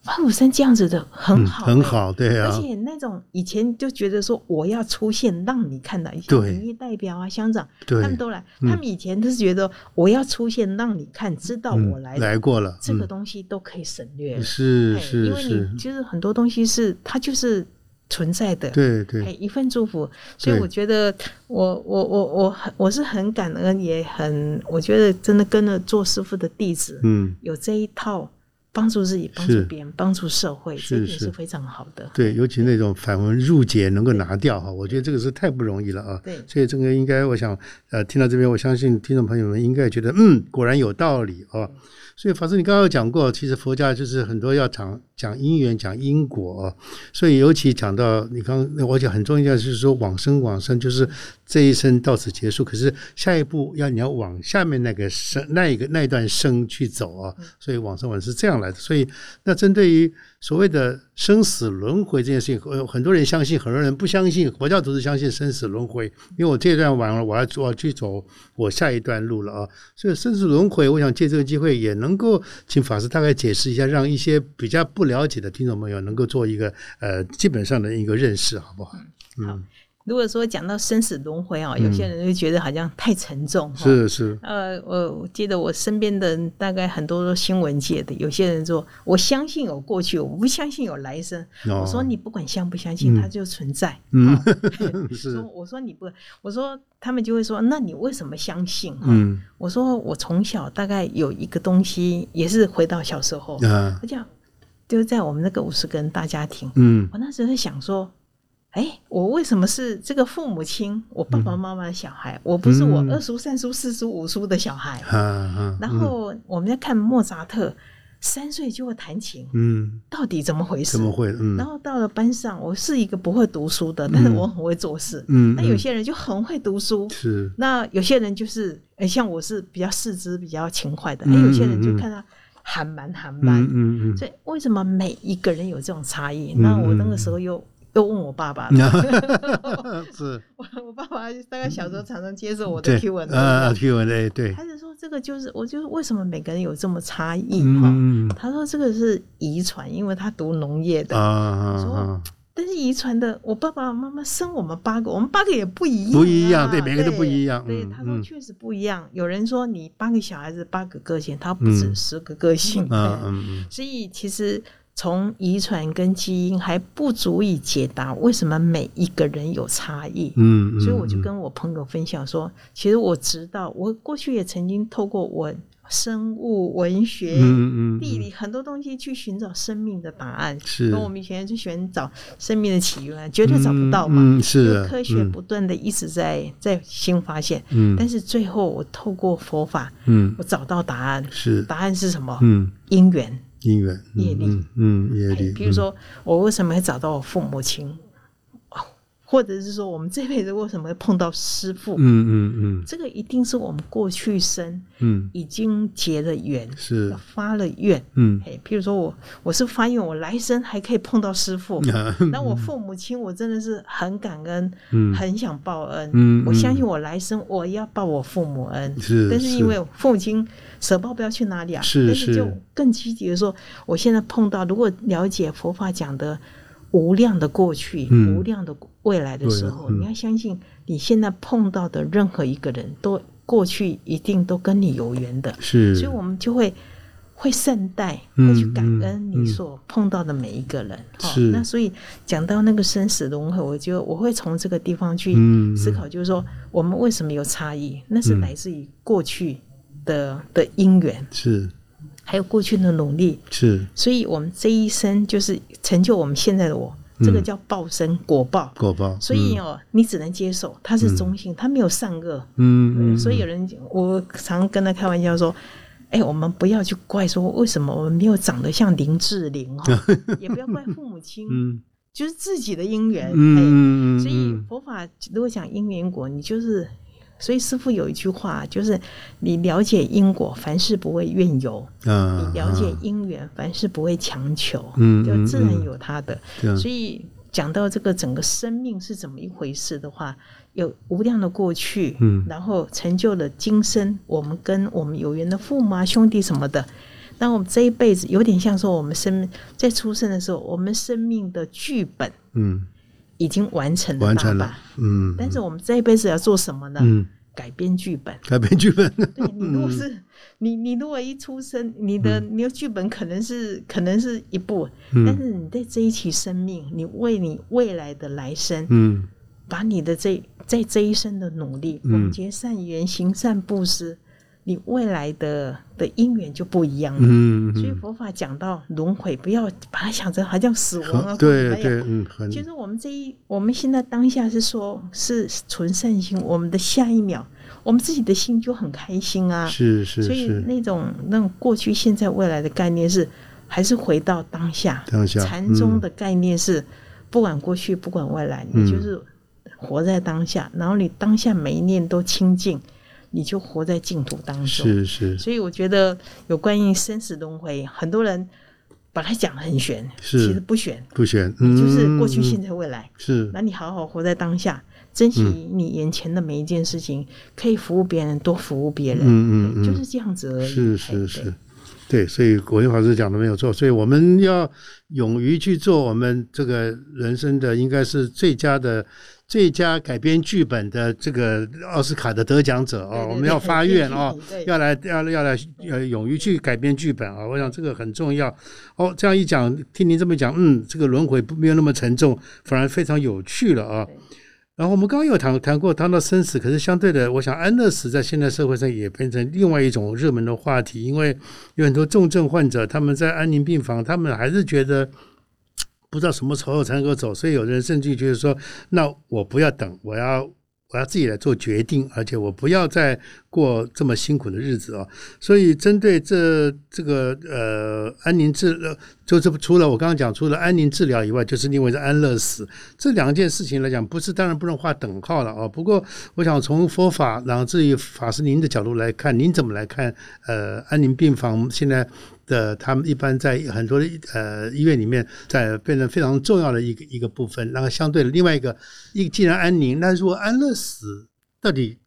[SPEAKER 2] 方武山这样子的很
[SPEAKER 1] 嗯
[SPEAKER 2] 好、
[SPEAKER 1] 很。好对
[SPEAKER 2] 而
[SPEAKER 1] 啊
[SPEAKER 2] 且那种以前就觉得说我要出现让你看到，
[SPEAKER 1] 对
[SPEAKER 2] 民意代表啊、乡长，
[SPEAKER 1] 对
[SPEAKER 2] 他们都来。
[SPEAKER 1] 嗯
[SPEAKER 2] 他们以前都是觉得我要出现让你看，知道
[SPEAKER 1] 嗯
[SPEAKER 2] 我来，
[SPEAKER 1] 来过了
[SPEAKER 2] 这个
[SPEAKER 1] 嗯
[SPEAKER 2] 东西都可以省略了。
[SPEAKER 1] 是
[SPEAKER 2] 哎
[SPEAKER 1] 是
[SPEAKER 2] 因为
[SPEAKER 1] 是
[SPEAKER 2] 你就是很多东西是它就是存在的，
[SPEAKER 1] 对
[SPEAKER 2] 哎，
[SPEAKER 1] 对
[SPEAKER 2] 一份祝福。所以
[SPEAKER 1] 对
[SPEAKER 2] 我觉得我，我我我我我是很感恩，也很我觉得真的跟了做师傅的弟子，
[SPEAKER 1] 嗯。
[SPEAKER 2] 有这一套帮助自己、帮
[SPEAKER 1] 是
[SPEAKER 2] 助别人、帮助社会，这
[SPEAKER 1] 是
[SPEAKER 2] 一点
[SPEAKER 1] 是
[SPEAKER 2] 是非常好的。
[SPEAKER 1] 对，尤其那种繁文缛节能够拿掉哈，我觉得这个是太不容易了啊。
[SPEAKER 2] 对
[SPEAKER 1] 所以这个应该，我想，呃，听到这边，我相信听众朋友们应该觉得，嗯，果然有道理啊。
[SPEAKER 2] 嗯
[SPEAKER 1] 所以，法师，你刚刚有讲过，其实佛教就是很多要讲讲因缘、讲因果、啊，所以尤其讲到你刚，我讲很重要就是说往生，往生就是这一生到此结束，可是下一步要你要往下面那个生那一个那一段生去走啊，
[SPEAKER 2] 嗯
[SPEAKER 1] 所以往生往生是这样来的。所以，那针对于所谓的生死轮回这件事情，呃，很多人相信，很多人不相信。佛教徒是相信生死轮回，因为我这一段完了，我要我要去走我下一段路了啊。所以生死轮回，我想借这个机会也能够请法师大概解释一下，让一些比较不了解的听众朋友能够做一个呃基本上的一个认识，好不好？
[SPEAKER 2] 如果说讲到生死轮回啊，有些人就觉得好像太沉重、哦。
[SPEAKER 1] 嗯是是，
[SPEAKER 2] 呃，我我记得我身边的人大概很多都新闻界的，有些人说我相信有过去，我不相信有来生。
[SPEAKER 1] 哦
[SPEAKER 2] 我说你不管相不相
[SPEAKER 1] 嗯
[SPEAKER 2] 信，它就
[SPEAKER 1] [laughs]
[SPEAKER 2] 存在。
[SPEAKER 1] 嗯
[SPEAKER 2] 哦
[SPEAKER 1] 是
[SPEAKER 2] 说，我说你不，我说他们就会说，那你为什么相信？哦
[SPEAKER 1] 嗯
[SPEAKER 2] 我说我从小大概有一个东西，也是回到小时候，
[SPEAKER 1] 啊
[SPEAKER 2] 我讲就是在我们那个五十个人大家庭，
[SPEAKER 1] 嗯
[SPEAKER 2] 我那时候在想说，哎，我为什么是这个父母亲，我爸爸妈妈的小孩，我不是我
[SPEAKER 1] 嗯
[SPEAKER 2] 二叔、三叔、四叔、五叔的小孩？
[SPEAKER 1] 啊啊，
[SPEAKER 2] 然后我们在看莫扎特，三岁就会弹琴，
[SPEAKER 1] 嗯，
[SPEAKER 2] 到底怎么回事
[SPEAKER 1] 怎？么会？嗯
[SPEAKER 2] 然后到了班上，我是一个不会读书的，但是我很会做事。
[SPEAKER 1] 嗯，
[SPEAKER 2] 那有
[SPEAKER 1] 嗯
[SPEAKER 2] 些人就很会读书，
[SPEAKER 1] 是
[SPEAKER 2] 那有些人就是，哎，像我是比较四肢比较勤快的，哎，
[SPEAKER 1] 嗯
[SPEAKER 2] 有些人
[SPEAKER 1] 嗯
[SPEAKER 2] 就
[SPEAKER 1] 嗯
[SPEAKER 2] 看他喊蛮喊蛮，
[SPEAKER 1] 嗯嗯嗯
[SPEAKER 2] 所以为什么每一个人有这种差异？
[SPEAKER 1] 嗯
[SPEAKER 2] 那我那个时候又又问我爸爸，
[SPEAKER 1] 嗯，
[SPEAKER 2] [laughs]
[SPEAKER 1] 是
[SPEAKER 2] 我 [laughs] 我爸爸大概小时候常常接受我
[SPEAKER 1] 嗯
[SPEAKER 2] 的
[SPEAKER 1] 对
[SPEAKER 2] Q 文，
[SPEAKER 1] 啊 Q&A 对，
[SPEAKER 2] 他就说这个就是，我就是为什么每个人有这么差异哈？
[SPEAKER 1] 嗯嗯
[SPEAKER 2] 他说这个是遗传，因为他读农业
[SPEAKER 1] 啊
[SPEAKER 2] 的，
[SPEAKER 1] 啊啊，
[SPEAKER 2] 但是遗传的，我爸爸妈妈生我们八个，我们八个也不一样、啊，
[SPEAKER 1] 不一样对每个都不一样
[SPEAKER 2] 对，
[SPEAKER 1] 嗯
[SPEAKER 2] 他说
[SPEAKER 1] 嗯
[SPEAKER 2] 确实不一样。有人说你八个小孩子八个个性，他不止
[SPEAKER 1] 嗯
[SPEAKER 2] 十个个性。
[SPEAKER 1] 嗯嗯
[SPEAKER 2] 所以其实从遗传跟基因还不足以解答为什么每一个人有差异。
[SPEAKER 1] 嗯，
[SPEAKER 2] 所以我就跟我朋友分享说，其实我知道，我过去也曾经透过我生物、文学、
[SPEAKER 1] 嗯嗯嗯
[SPEAKER 2] 地理很多东西去寻找生命的答案。
[SPEAKER 1] 是
[SPEAKER 2] 跟我们以前就喜欢找生命的起源，绝对找不到嘛。
[SPEAKER 1] 嗯是
[SPEAKER 2] 就
[SPEAKER 1] 的，
[SPEAKER 2] 科学不断的一直在在新发现，
[SPEAKER 1] 嗯，
[SPEAKER 2] 但是最后我透过佛法，
[SPEAKER 1] 嗯
[SPEAKER 2] 我找到答案。
[SPEAKER 1] 是
[SPEAKER 2] 答案是什么？
[SPEAKER 1] 嗯
[SPEAKER 2] 因缘。
[SPEAKER 1] 姻缘嗯业
[SPEAKER 2] 哎
[SPEAKER 1] 力，
[SPEAKER 2] 比如说，我为什么会找到我父母亲，哦或者是说，我们这辈子为什么会碰到师傅？
[SPEAKER 1] 嗯嗯
[SPEAKER 2] 这个一定是我们过去生
[SPEAKER 1] 嗯嗯
[SPEAKER 2] 已经结了缘，
[SPEAKER 1] 是
[SPEAKER 2] 发了愿。
[SPEAKER 1] [laughs] 嗯
[SPEAKER 2] 哎，譬如说我，我是发愿，我来生还可以碰到师傅。
[SPEAKER 1] 啊
[SPEAKER 2] 那我父母亲，我真的是很感恩，
[SPEAKER 1] 嗯
[SPEAKER 2] 很想报恩。
[SPEAKER 1] 嗯
[SPEAKER 2] 我相信
[SPEAKER 1] 嗯
[SPEAKER 2] 我来生我要报我父母恩。
[SPEAKER 1] 是
[SPEAKER 2] 但是
[SPEAKER 1] 是
[SPEAKER 2] 因为父母亲舍报不要去哪里啊，
[SPEAKER 1] 是
[SPEAKER 2] 但是就是更积极的说，我现在碰到如果了解佛法讲的无量的过去、
[SPEAKER 1] 嗯
[SPEAKER 2] 无量的未来的时候，
[SPEAKER 1] 对嗯
[SPEAKER 2] 你要相信你现在碰到的任何一个人都过去一定都跟你有缘的，
[SPEAKER 1] [laughs] 是，
[SPEAKER 2] 所以我们就会。会善待，
[SPEAKER 1] 嗯
[SPEAKER 2] 会去感
[SPEAKER 1] 嗯
[SPEAKER 2] 恩
[SPEAKER 1] 嗯
[SPEAKER 2] 你所碰到的每一个人。哈
[SPEAKER 1] 是
[SPEAKER 2] 那所以讲到那个生死轮回，我就我会从这个地方去
[SPEAKER 1] 嗯嗯
[SPEAKER 2] 思考，就是说我们为什么有差异，那是
[SPEAKER 1] 嗯
[SPEAKER 2] 来自于过去的的因缘，
[SPEAKER 1] 是
[SPEAKER 2] 还有过去的努力。
[SPEAKER 1] 是
[SPEAKER 2] 所以我们这一生就是成就我们现在的我，这
[SPEAKER 1] 嗯
[SPEAKER 2] 个叫报身果报。
[SPEAKER 1] 果报，
[SPEAKER 2] 所以哦，你只能接受，它是中性，它没有善恶。
[SPEAKER 1] 嗯嗯，
[SPEAKER 2] 所以有人，我常跟他开玩笑说：“哎、我们不要去怪说为什么我们没有长得像林
[SPEAKER 1] [laughs]
[SPEAKER 2] 志玲哦，也不要怪父母亲，
[SPEAKER 1] 嗯
[SPEAKER 2] 就是自己的因缘。哎
[SPEAKER 1] 嗯嗯，
[SPEAKER 2] 所以佛法如果讲因缘果，你就是，所以师父有一句话，就是你了解因果，凡事不会怨尤；
[SPEAKER 1] 嗯
[SPEAKER 2] 你了解因缘，凡事不会强求，
[SPEAKER 1] 嗯
[SPEAKER 2] 就
[SPEAKER 1] 嗯
[SPEAKER 2] 自然
[SPEAKER 1] 嗯
[SPEAKER 2] 有它的。
[SPEAKER 1] 对
[SPEAKER 2] 所以讲到这个整个生命是怎么一回事的话，有无量的过去，
[SPEAKER 1] 嗯
[SPEAKER 2] 然后成就了今生，我们跟我们有缘的父母啊、兄弟什么的。那我们这一辈子有点像说，我们生在出生的时候，我们生命的剧本
[SPEAKER 1] 嗯
[SPEAKER 2] 已经完成了
[SPEAKER 1] 完
[SPEAKER 2] 大半，
[SPEAKER 1] 成了嗯，
[SPEAKER 2] 但是我们这一辈子要做什么呢？
[SPEAKER 1] 嗯
[SPEAKER 2] 改编剧本。
[SPEAKER 1] 改编剧本
[SPEAKER 2] 对哎你
[SPEAKER 1] 嗯
[SPEAKER 2] 如果是你，你如果一出生，你的你的剧本可能是可能是一部，
[SPEAKER 1] 嗯
[SPEAKER 2] 但是你在这一期生命，你为你未来的来
[SPEAKER 1] [laughs]
[SPEAKER 2] 生，
[SPEAKER 1] 嗯
[SPEAKER 2] 把你的这在这一生的努力，广结善缘，行善布施，你未来的的因缘就不一样了。
[SPEAKER 1] 嗯
[SPEAKER 2] 所以
[SPEAKER 1] 嗯
[SPEAKER 2] 佛法讲到轮回，不要把它想成好像死亡啊，
[SPEAKER 1] 对
[SPEAKER 2] 没有
[SPEAKER 1] 对嗯很
[SPEAKER 2] 就是我们这一，我们现在当下是说，是存善心，我们的下一秒，我们自己的心就很开心啊。
[SPEAKER 1] 是是
[SPEAKER 2] 所以
[SPEAKER 1] 是
[SPEAKER 2] 那种那种过去、现在、未来的概念是，还是回到当下。
[SPEAKER 1] 当下嗯
[SPEAKER 2] 禅宗的概念是，不管过去，不管未来，你就是
[SPEAKER 1] 嗯
[SPEAKER 2] 活在当下，然后你当下每一念都清净，你就活在净土当中。
[SPEAKER 1] 是是
[SPEAKER 2] 所以我觉得有关于生死轮回，很多人把它讲得很玄，
[SPEAKER 1] 是嗯
[SPEAKER 2] 其实不玄。
[SPEAKER 1] 不选，
[SPEAKER 2] 就是过去、现在、未来。
[SPEAKER 1] 是
[SPEAKER 2] 那你好好活在当下，珍惜
[SPEAKER 1] 嗯
[SPEAKER 2] 你眼前的每一件事情，可以服务别人，多服务别人，
[SPEAKER 1] 嗯嗯嗯
[SPEAKER 2] 就是这样子而已。
[SPEAKER 1] 是
[SPEAKER 2] 哎
[SPEAKER 1] 是，是
[SPEAKER 2] 对，
[SPEAKER 1] 对，所以国云法师讲的没有错，所以我们要勇于去做我们这个人生的应该是最佳的最佳改编剧本的这个奥斯卡的得奖者
[SPEAKER 2] 对
[SPEAKER 1] 哦，
[SPEAKER 2] 对
[SPEAKER 1] 我们要发愿哦
[SPEAKER 2] 对，
[SPEAKER 1] 要来要要来呃勇于去改编剧本啊，我想这个很重要哦。这样一讲，听您这么讲，嗯，这个轮回不没有那么沉重，反而非常有趣了啊。然后我们刚刚有谈谈过谈到生死，可是相对的，我想安乐死在现在社会上也变成另外一种热门的话题，因为有很多重症患者他们在安宁病房，他们还是觉得。不知道什么时候才能够走，所以有的人甚至于觉得说，那我不要等，我要我要自己来做决定，而且我不要再过这么辛苦的日子哦。所以针对这这个呃安宁治呃，就是除了我刚刚讲除了安宁治疗以外，就是另外是安乐死这两件事情来讲，不是当然不能画等号了哦。不过我想从佛法，然后至于法师您的角度来看，您怎么来看呃安宁病房现在？的，他们一般在很多的呃医院里面，在变成非常重要的一个一个部分。然后相对的，另外一个，一既然安宁，那如果安乐死到底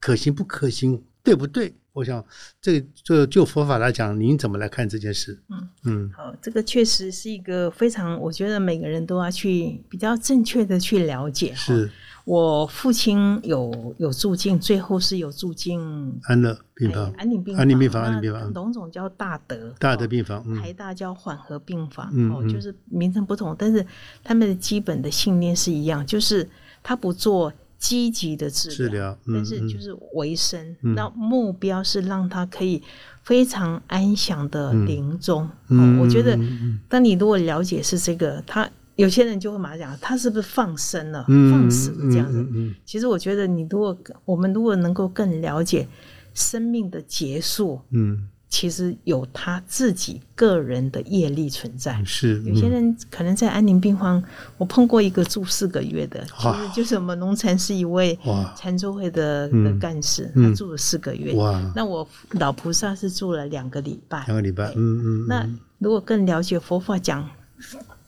[SPEAKER 1] 可行不可行，对不对？我想，这个就就佛法来讲，您怎么来看这件事？
[SPEAKER 2] 嗯
[SPEAKER 1] 嗯
[SPEAKER 2] 好，这个确实是一个非常，我觉得每个人都要去比较正确的去了解哈。
[SPEAKER 1] 是
[SPEAKER 2] 我父亲有有住进，最后是有住进
[SPEAKER 1] 安乐病
[SPEAKER 2] 哎
[SPEAKER 1] 房、
[SPEAKER 2] 安宁病
[SPEAKER 1] 安宁病房
[SPEAKER 2] 那
[SPEAKER 1] 安宁病房嗯
[SPEAKER 2] 龙总叫大德，
[SPEAKER 1] 大的
[SPEAKER 2] 哦
[SPEAKER 1] 病房，
[SPEAKER 2] 台
[SPEAKER 1] 嗯，
[SPEAKER 2] 大叫缓和病房，
[SPEAKER 1] 嗯
[SPEAKER 2] 哦，
[SPEAKER 1] 嗯
[SPEAKER 2] 就是名称不同，但是他们的基本的信念是一样，就是他不做积极的治疗，
[SPEAKER 1] 治疗，嗯
[SPEAKER 2] 但是就
[SPEAKER 1] 嗯
[SPEAKER 2] 是维生，
[SPEAKER 1] 嗯
[SPEAKER 2] 那目标是让他可以非常安详的临终。
[SPEAKER 1] 嗯
[SPEAKER 2] 哦，我觉得
[SPEAKER 1] 嗯嗯嗯
[SPEAKER 2] 当你如果了解是这个，他有些人就会马上讲，他是不是放生了，
[SPEAKER 1] 嗯
[SPEAKER 2] 放死了这样子。
[SPEAKER 1] 嗯嗯嗯
[SPEAKER 2] 其实我觉得，你如果我们如果能够更了解生命的结束，
[SPEAKER 1] 嗯
[SPEAKER 2] 其实有他自己个人的业力存在。
[SPEAKER 1] 嗯是，
[SPEAKER 2] 有些
[SPEAKER 1] 嗯
[SPEAKER 2] 人可能在安宁病房，我碰过一个住四个月的，其
[SPEAKER 1] 哇
[SPEAKER 2] 实就是我们农禅是一位
[SPEAKER 1] 哇
[SPEAKER 2] 禅修会的
[SPEAKER 1] 嗯
[SPEAKER 2] 的干事，
[SPEAKER 1] 嗯
[SPEAKER 2] 他住了四个月。
[SPEAKER 1] 哇，
[SPEAKER 2] 那我老菩萨是住了两个礼拜。
[SPEAKER 1] 两个礼拜，
[SPEAKER 2] 对
[SPEAKER 1] 嗯嗯，
[SPEAKER 2] 那
[SPEAKER 1] 嗯
[SPEAKER 2] 如果更了解佛法讲，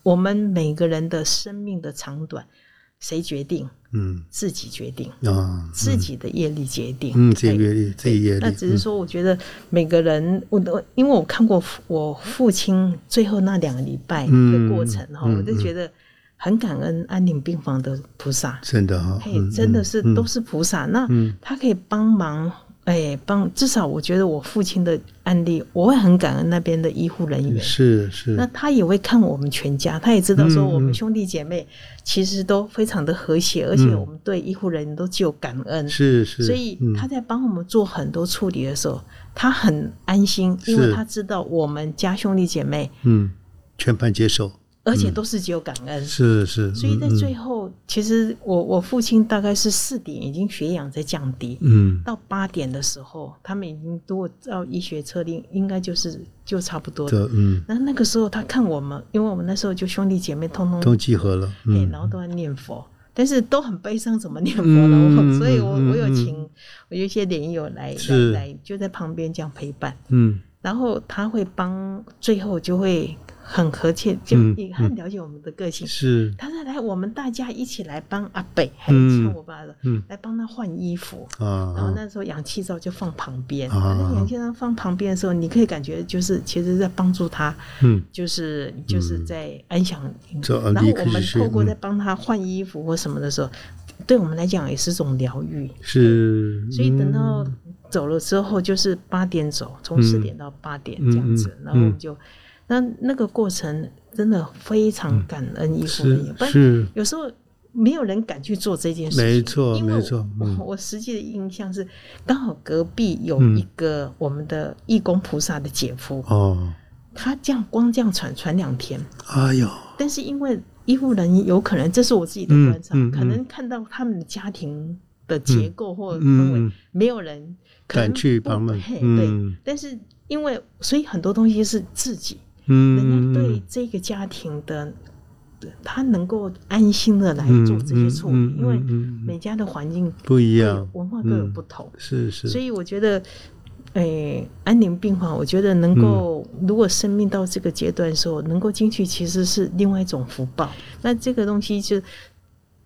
[SPEAKER 2] 我们每个人的生命的长短，谁决定？
[SPEAKER 1] 嗯
[SPEAKER 2] 自己决定，
[SPEAKER 1] 啊，
[SPEAKER 2] 自己的业力决定。
[SPEAKER 1] 嗯，自己
[SPEAKER 2] 对
[SPEAKER 1] 阅历，自己阅历，
[SPEAKER 2] 那只是
[SPEAKER 1] 嗯
[SPEAKER 2] 说，我觉得每个人，我都因为我看过父我父亲最后那两个礼拜的过程哈、
[SPEAKER 1] 嗯嗯
[SPEAKER 2] 我就觉得很感恩安宁病房的菩萨，
[SPEAKER 1] 真的哈，
[SPEAKER 2] 嘿，
[SPEAKER 1] 嗯
[SPEAKER 2] 哎真的是
[SPEAKER 1] 嗯
[SPEAKER 2] 都是菩萨，那
[SPEAKER 1] 嗯
[SPEAKER 2] 他可以帮忙，哎，帮至少我觉得我父亲的案例，我会很感恩那边的医护人员。
[SPEAKER 1] 是是，
[SPEAKER 2] 那他也会看我们全家，他也知道说
[SPEAKER 1] 嗯嗯
[SPEAKER 2] 我们兄弟姐妹其实都非常的和谐，而且我们对医护人员都具有感恩。
[SPEAKER 1] 嗯是是，
[SPEAKER 2] 所以
[SPEAKER 1] 嗯
[SPEAKER 2] 他在帮我们做很多处理的时候，他很安心，因
[SPEAKER 1] 是
[SPEAKER 2] 为他知道我们家兄弟姐妹，
[SPEAKER 1] 嗯，全盘接受，
[SPEAKER 2] 而且都是只有感恩。
[SPEAKER 1] 嗯是是，
[SPEAKER 2] 所以在
[SPEAKER 1] 嗯
[SPEAKER 2] 最后，其实我我父亲大概是四点已经血氧在降低，
[SPEAKER 1] 嗯
[SPEAKER 2] 到八点的时候，他们已经如果照医学测定，应该就是就差不多
[SPEAKER 1] 嗯。的嗯
[SPEAKER 2] 那那个时候他看我们，因为我们那时候就兄弟姐妹通通
[SPEAKER 1] 都集合了，
[SPEAKER 2] 哎、
[SPEAKER 1] 嗯
[SPEAKER 2] 然后都在念佛，但是都很悲伤，怎么念佛呢？
[SPEAKER 1] 嗯
[SPEAKER 2] [laughs]
[SPEAKER 1] 嗯
[SPEAKER 2] 我所以我，我
[SPEAKER 1] 嗯
[SPEAKER 2] 有
[SPEAKER 1] 嗯
[SPEAKER 2] 请我有一些莲友来来
[SPEAKER 1] 是
[SPEAKER 2] 来，就在旁边这样陪伴，
[SPEAKER 1] 嗯
[SPEAKER 2] 然后他会帮，最后就会很和切，就
[SPEAKER 1] 嗯
[SPEAKER 2] 也很了解我们的个性。
[SPEAKER 1] 是
[SPEAKER 2] 他说：“来，我们大家一起来帮阿北，还
[SPEAKER 1] 嗯
[SPEAKER 2] 有我爸的，
[SPEAKER 1] 嗯
[SPEAKER 2] 来帮他换衣服。
[SPEAKER 1] 啊，
[SPEAKER 2] 然后那时候氧气罩就放旁边，
[SPEAKER 1] 啊
[SPEAKER 2] 那氧气罩放旁边的时候，你可以感觉就是其实在帮助他，
[SPEAKER 1] 嗯呃
[SPEAKER 2] 就是就是在安享营
[SPEAKER 1] 这
[SPEAKER 2] 然后
[SPEAKER 1] 立
[SPEAKER 2] 我
[SPEAKER 1] 刻
[SPEAKER 2] 们
[SPEAKER 1] 是
[SPEAKER 2] 透过
[SPEAKER 1] 嗯
[SPEAKER 2] 在帮他换衣服或什么的时候，对我们来讲也是种疗愈。
[SPEAKER 1] 是，
[SPEAKER 2] 所以等
[SPEAKER 1] 嗯
[SPEAKER 2] 到走了之后，就是八点走，从四点到八点这样子，
[SPEAKER 1] 嗯嗯
[SPEAKER 2] 然后我们就那那个过程真的非常感恩医护人员，不
[SPEAKER 1] 嗯是
[SPEAKER 2] 然
[SPEAKER 1] 是
[SPEAKER 2] 有时候没有人敢去做这件事情，
[SPEAKER 1] 没错
[SPEAKER 2] 因为我
[SPEAKER 1] 没错嗯
[SPEAKER 2] [laughs] 我我实际的印象是，刚好隔壁有
[SPEAKER 1] 嗯
[SPEAKER 2] 一个我们的义工菩萨的姐夫，
[SPEAKER 1] 哦，
[SPEAKER 2] 他这样光这样喘喘两天，
[SPEAKER 1] 哎呦，
[SPEAKER 2] 但是因为医护人员有可能，这是我自己的
[SPEAKER 1] 嗯
[SPEAKER 2] 观察，
[SPEAKER 1] 嗯嗯
[SPEAKER 2] 可能看到他们的家庭的结构或氛围，
[SPEAKER 1] 嗯，
[SPEAKER 2] 没有人可能
[SPEAKER 1] 敢去
[SPEAKER 2] 不
[SPEAKER 1] 帮忙
[SPEAKER 2] 嘿对，
[SPEAKER 1] 嗯
[SPEAKER 2] 但是因为所以很多东西是自己，人
[SPEAKER 1] 嗯，
[SPEAKER 2] 家对这个家庭的，他能够安心的来做这些处理，
[SPEAKER 1] 嗯嗯嗯嗯
[SPEAKER 2] 因为
[SPEAKER 1] 嗯
[SPEAKER 2] 每家的环境
[SPEAKER 1] 不一
[SPEAKER 2] 各
[SPEAKER 1] 样
[SPEAKER 2] 有，文化各有
[SPEAKER 1] 嗯
[SPEAKER 2] 不同，
[SPEAKER 1] 是是，
[SPEAKER 2] 所以我觉得。诶、安宁病房，我觉得能够，
[SPEAKER 1] 嗯
[SPEAKER 2] 如果生命到这个阶段的时候，能够进去，其实是另外一种福报。那这个东西就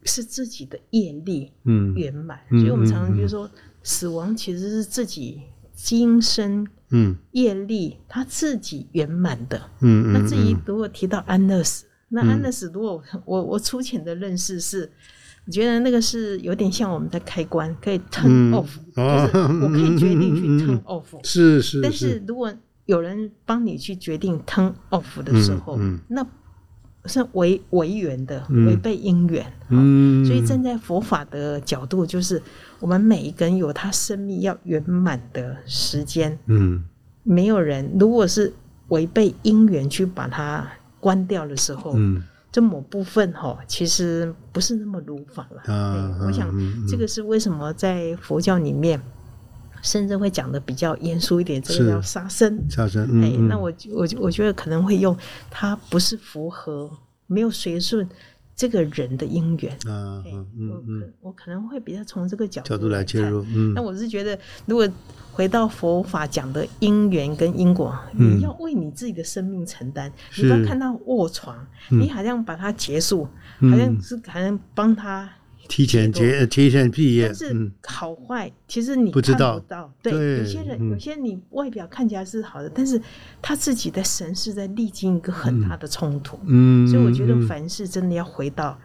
[SPEAKER 2] 是自己的业力
[SPEAKER 1] 嗯
[SPEAKER 2] 圆满，
[SPEAKER 1] 嗯
[SPEAKER 2] 所以我们
[SPEAKER 1] 嗯
[SPEAKER 2] 常常就
[SPEAKER 1] 嗯
[SPEAKER 2] 说，死亡其实是自己今生
[SPEAKER 1] 嗯
[SPEAKER 2] 业力他自己圆满的。
[SPEAKER 1] 嗯嗯，
[SPEAKER 2] 那至于
[SPEAKER 1] 嗯
[SPEAKER 2] 如果提到安乐死，那安乐死如果我我粗浅的认识是，我觉得那个是有点像我们的开关，可以 turn off，、
[SPEAKER 1] 哦
[SPEAKER 2] 就是我可以决定去
[SPEAKER 1] 嗯嗯嗯嗯
[SPEAKER 2] turn off，、
[SPEAKER 1] 是是
[SPEAKER 2] 但是如果有人帮你去决定 turn off 的时候，
[SPEAKER 1] 嗯嗯
[SPEAKER 2] 那是违违缘的，
[SPEAKER 1] 嗯
[SPEAKER 2] 违背因缘。
[SPEAKER 1] 嗯，
[SPEAKER 2] 所以站在佛法的角度，就是我们每一个人有他生命要圆满的时间，
[SPEAKER 1] 嗯
[SPEAKER 2] 没有人如果是违背因缘去把它关掉的时候，
[SPEAKER 1] 嗯
[SPEAKER 2] 这某部分哈、其实不是那么如法了。
[SPEAKER 1] 啊
[SPEAKER 2] 对，我想
[SPEAKER 1] 嗯嗯
[SPEAKER 2] 这个是为什么在佛教里面，甚至会讲的比较严肃一点，这
[SPEAKER 1] 是
[SPEAKER 2] 个叫杀生。
[SPEAKER 1] 下身，
[SPEAKER 2] 哎、
[SPEAKER 1] 嗯，嗯
[SPEAKER 2] 那我我我觉得可能会用它不是符合，没有随顺这个人的因缘。
[SPEAKER 1] 啊
[SPEAKER 2] 哎
[SPEAKER 1] 嗯嗯
[SPEAKER 2] 我
[SPEAKER 1] 嗯
[SPEAKER 2] 可我可能会比较从这个角
[SPEAKER 1] 角度来切
[SPEAKER 2] 看
[SPEAKER 1] 入，嗯
[SPEAKER 2] 那我是觉得，如果回到佛法讲的因缘跟因果，
[SPEAKER 1] 嗯
[SPEAKER 2] 你要为你自己的生命承担。
[SPEAKER 1] 是
[SPEAKER 2] 你不要看到卧床，
[SPEAKER 1] 嗯
[SPEAKER 2] 你好像把它结束，
[SPEAKER 1] 嗯
[SPEAKER 2] 好像是好像帮他，
[SPEAKER 1] 提前
[SPEAKER 2] 结
[SPEAKER 1] 结提前毕业
[SPEAKER 2] 但，是
[SPEAKER 1] 嗯
[SPEAKER 2] 好坏其实你
[SPEAKER 1] 不知
[SPEAKER 2] 看
[SPEAKER 1] 道
[SPEAKER 2] 不到。对，
[SPEAKER 1] 对
[SPEAKER 2] 有些人
[SPEAKER 1] 嗯
[SPEAKER 2] 有些你外表看起来是好的，但是他自己的神是在历经一个很大的冲突。
[SPEAKER 1] 嗯，
[SPEAKER 2] 所以我觉得
[SPEAKER 1] 嗯
[SPEAKER 2] 凡事真的要回到